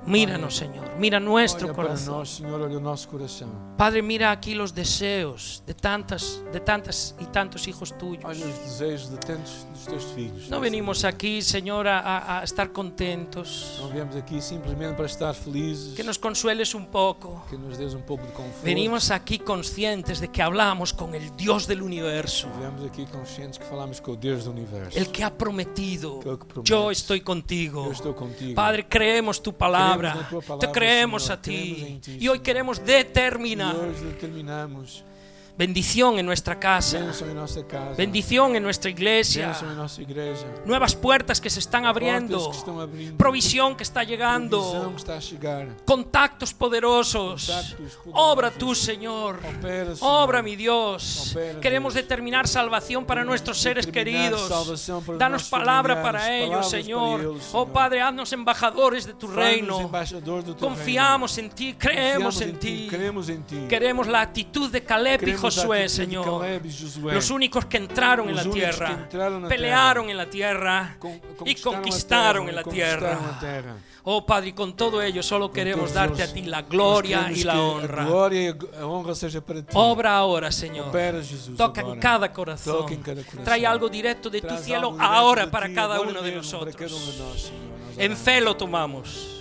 Speaker 1: míranos, Señor. Mira nuestro
Speaker 2: olha para
Speaker 1: corazón.
Speaker 2: nós, Senhor, olha o nosso coração.
Speaker 1: Padre, mira aquí los deseos de tantas, de tantas y tantos hijos tuyos.
Speaker 2: Olha os desejos de tantos dos teus filhos.
Speaker 1: No venimos aquí, Señor, a- a, a estar contentos.
Speaker 2: Não viemos aqui simplesmente para estar felizes,
Speaker 1: Que nos consueles un poco.
Speaker 2: que nos dês um pouco de conforto.
Speaker 1: Venimos aquí conscientes de que hablamos con el Dios del universo.
Speaker 2: Viemos aqui conscientes que falamos com o Deus do Universo.
Speaker 1: El que ha prometido,
Speaker 2: Que promete.
Speaker 1: yo estoy contigo.
Speaker 2: Eu estou contigo.
Speaker 1: Padre, creemos tu palabra,
Speaker 2: Creemos na tua palabra,
Speaker 1: te creemos
Speaker 2: Señor,
Speaker 1: a
Speaker 2: creemos
Speaker 1: ti
Speaker 2: en ti,
Speaker 1: y hoy
Speaker 2: Señor.
Speaker 1: queremos
Speaker 2: e
Speaker 1: determinar
Speaker 2: hoje determinamos
Speaker 1: bendición en nuestra casa,
Speaker 2: bênção em nossa casa,
Speaker 1: bendición en nuestra iglesia,
Speaker 2: bênção em nossa igreja,
Speaker 1: nuevas puertas que se están abriendo,
Speaker 2: portas que estão abrindo,
Speaker 1: provisión que está
Speaker 2: provisão
Speaker 1: llegando,
Speaker 2: que está a chegar.
Speaker 1: contactos poderosos.
Speaker 2: Contactos poderosos.
Speaker 1: Obra tú, Señor.
Speaker 2: Opera, Senhor.
Speaker 1: Obra, mi Dios.
Speaker 2: Opera,
Speaker 1: Queremos
Speaker 2: Dios.
Speaker 1: determinar salvación para nuestros seres
Speaker 2: Determinar
Speaker 1: queridos.
Speaker 2: salvación para
Speaker 1: Danos
Speaker 2: nuestros
Speaker 1: palabra
Speaker 2: familiares,
Speaker 1: para ellos,
Speaker 2: palabras para
Speaker 1: Señor.
Speaker 2: ellos,
Speaker 1: Oh
Speaker 2: Señor.
Speaker 1: Padre, haznos embajadores de tu
Speaker 2: Faz-nos
Speaker 1: reino.
Speaker 2: embaixador do teu
Speaker 1: Confiamos en ti,
Speaker 2: reino.
Speaker 1: creemos en ti.
Speaker 2: Cremos em ti.
Speaker 1: Queremos la actitud de Caleb y
Speaker 2: Queremos la
Speaker 1: Josué,
Speaker 2: actitud de
Speaker 1: Señor.
Speaker 2: Caleb y Josué.
Speaker 1: Los únicos que entraron en
Speaker 2: Los
Speaker 1: la
Speaker 2: únicos que
Speaker 1: tierra,
Speaker 2: entraron en la
Speaker 1: pelearon
Speaker 2: tierra.
Speaker 1: en la tierra
Speaker 2: Con-
Speaker 1: y
Speaker 2: conquistaram
Speaker 1: conquistaron
Speaker 2: a
Speaker 1: en la
Speaker 2: conquistaram
Speaker 1: tierra.
Speaker 2: a terra.
Speaker 1: Oh Padre, y con todo ello solo queremos
Speaker 2: Entonces,
Speaker 1: darte a ti la gloria
Speaker 2: nós
Speaker 1: y
Speaker 2: queremos
Speaker 1: la
Speaker 2: que
Speaker 1: honra.
Speaker 2: A glória e a honra seja para ti.
Speaker 1: Obra ahora, Señor.
Speaker 2: Opera, Jesus,
Speaker 1: Toca
Speaker 2: agora.
Speaker 1: en cada corazón.
Speaker 2: Toca em cada coração.
Speaker 1: Trae algo directo de tu
Speaker 2: Traz
Speaker 1: cielo
Speaker 2: algo direto
Speaker 1: ahora
Speaker 2: de
Speaker 1: para
Speaker 2: ti,
Speaker 1: cada
Speaker 2: agora
Speaker 1: uno de
Speaker 2: mesmo, para cada um de
Speaker 1: nosotros.
Speaker 2: nós, Senhor. Nós
Speaker 1: En
Speaker 2: oramos.
Speaker 1: fe lo tomamos.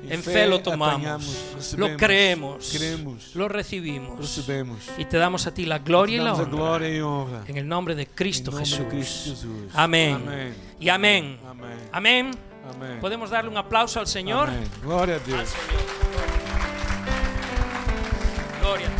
Speaker 2: Em
Speaker 1: En
Speaker 2: fé
Speaker 1: fe lo
Speaker 2: apanhamos,
Speaker 1: tomamos. Lo
Speaker 2: recebemos,
Speaker 1: creemos.
Speaker 2: Cremos.
Speaker 1: Lo recibimos.
Speaker 2: Recebemos.
Speaker 1: Y te damos a ti la gloria y la
Speaker 2: Damos a
Speaker 1: honra.
Speaker 2: glória e honra.
Speaker 1: En el nombre de Cristo
Speaker 2: Em nome de Cristo
Speaker 1: Jesús.
Speaker 2: Jesus.
Speaker 1: Amén.
Speaker 2: Amém.
Speaker 1: Y amén.
Speaker 2: Amén.
Speaker 1: Amén.
Speaker 2: Amém.
Speaker 1: Podemos darle un aplauso al Señor.
Speaker 2: Amém. Glória a Deus.
Speaker 1: Gloria a ti.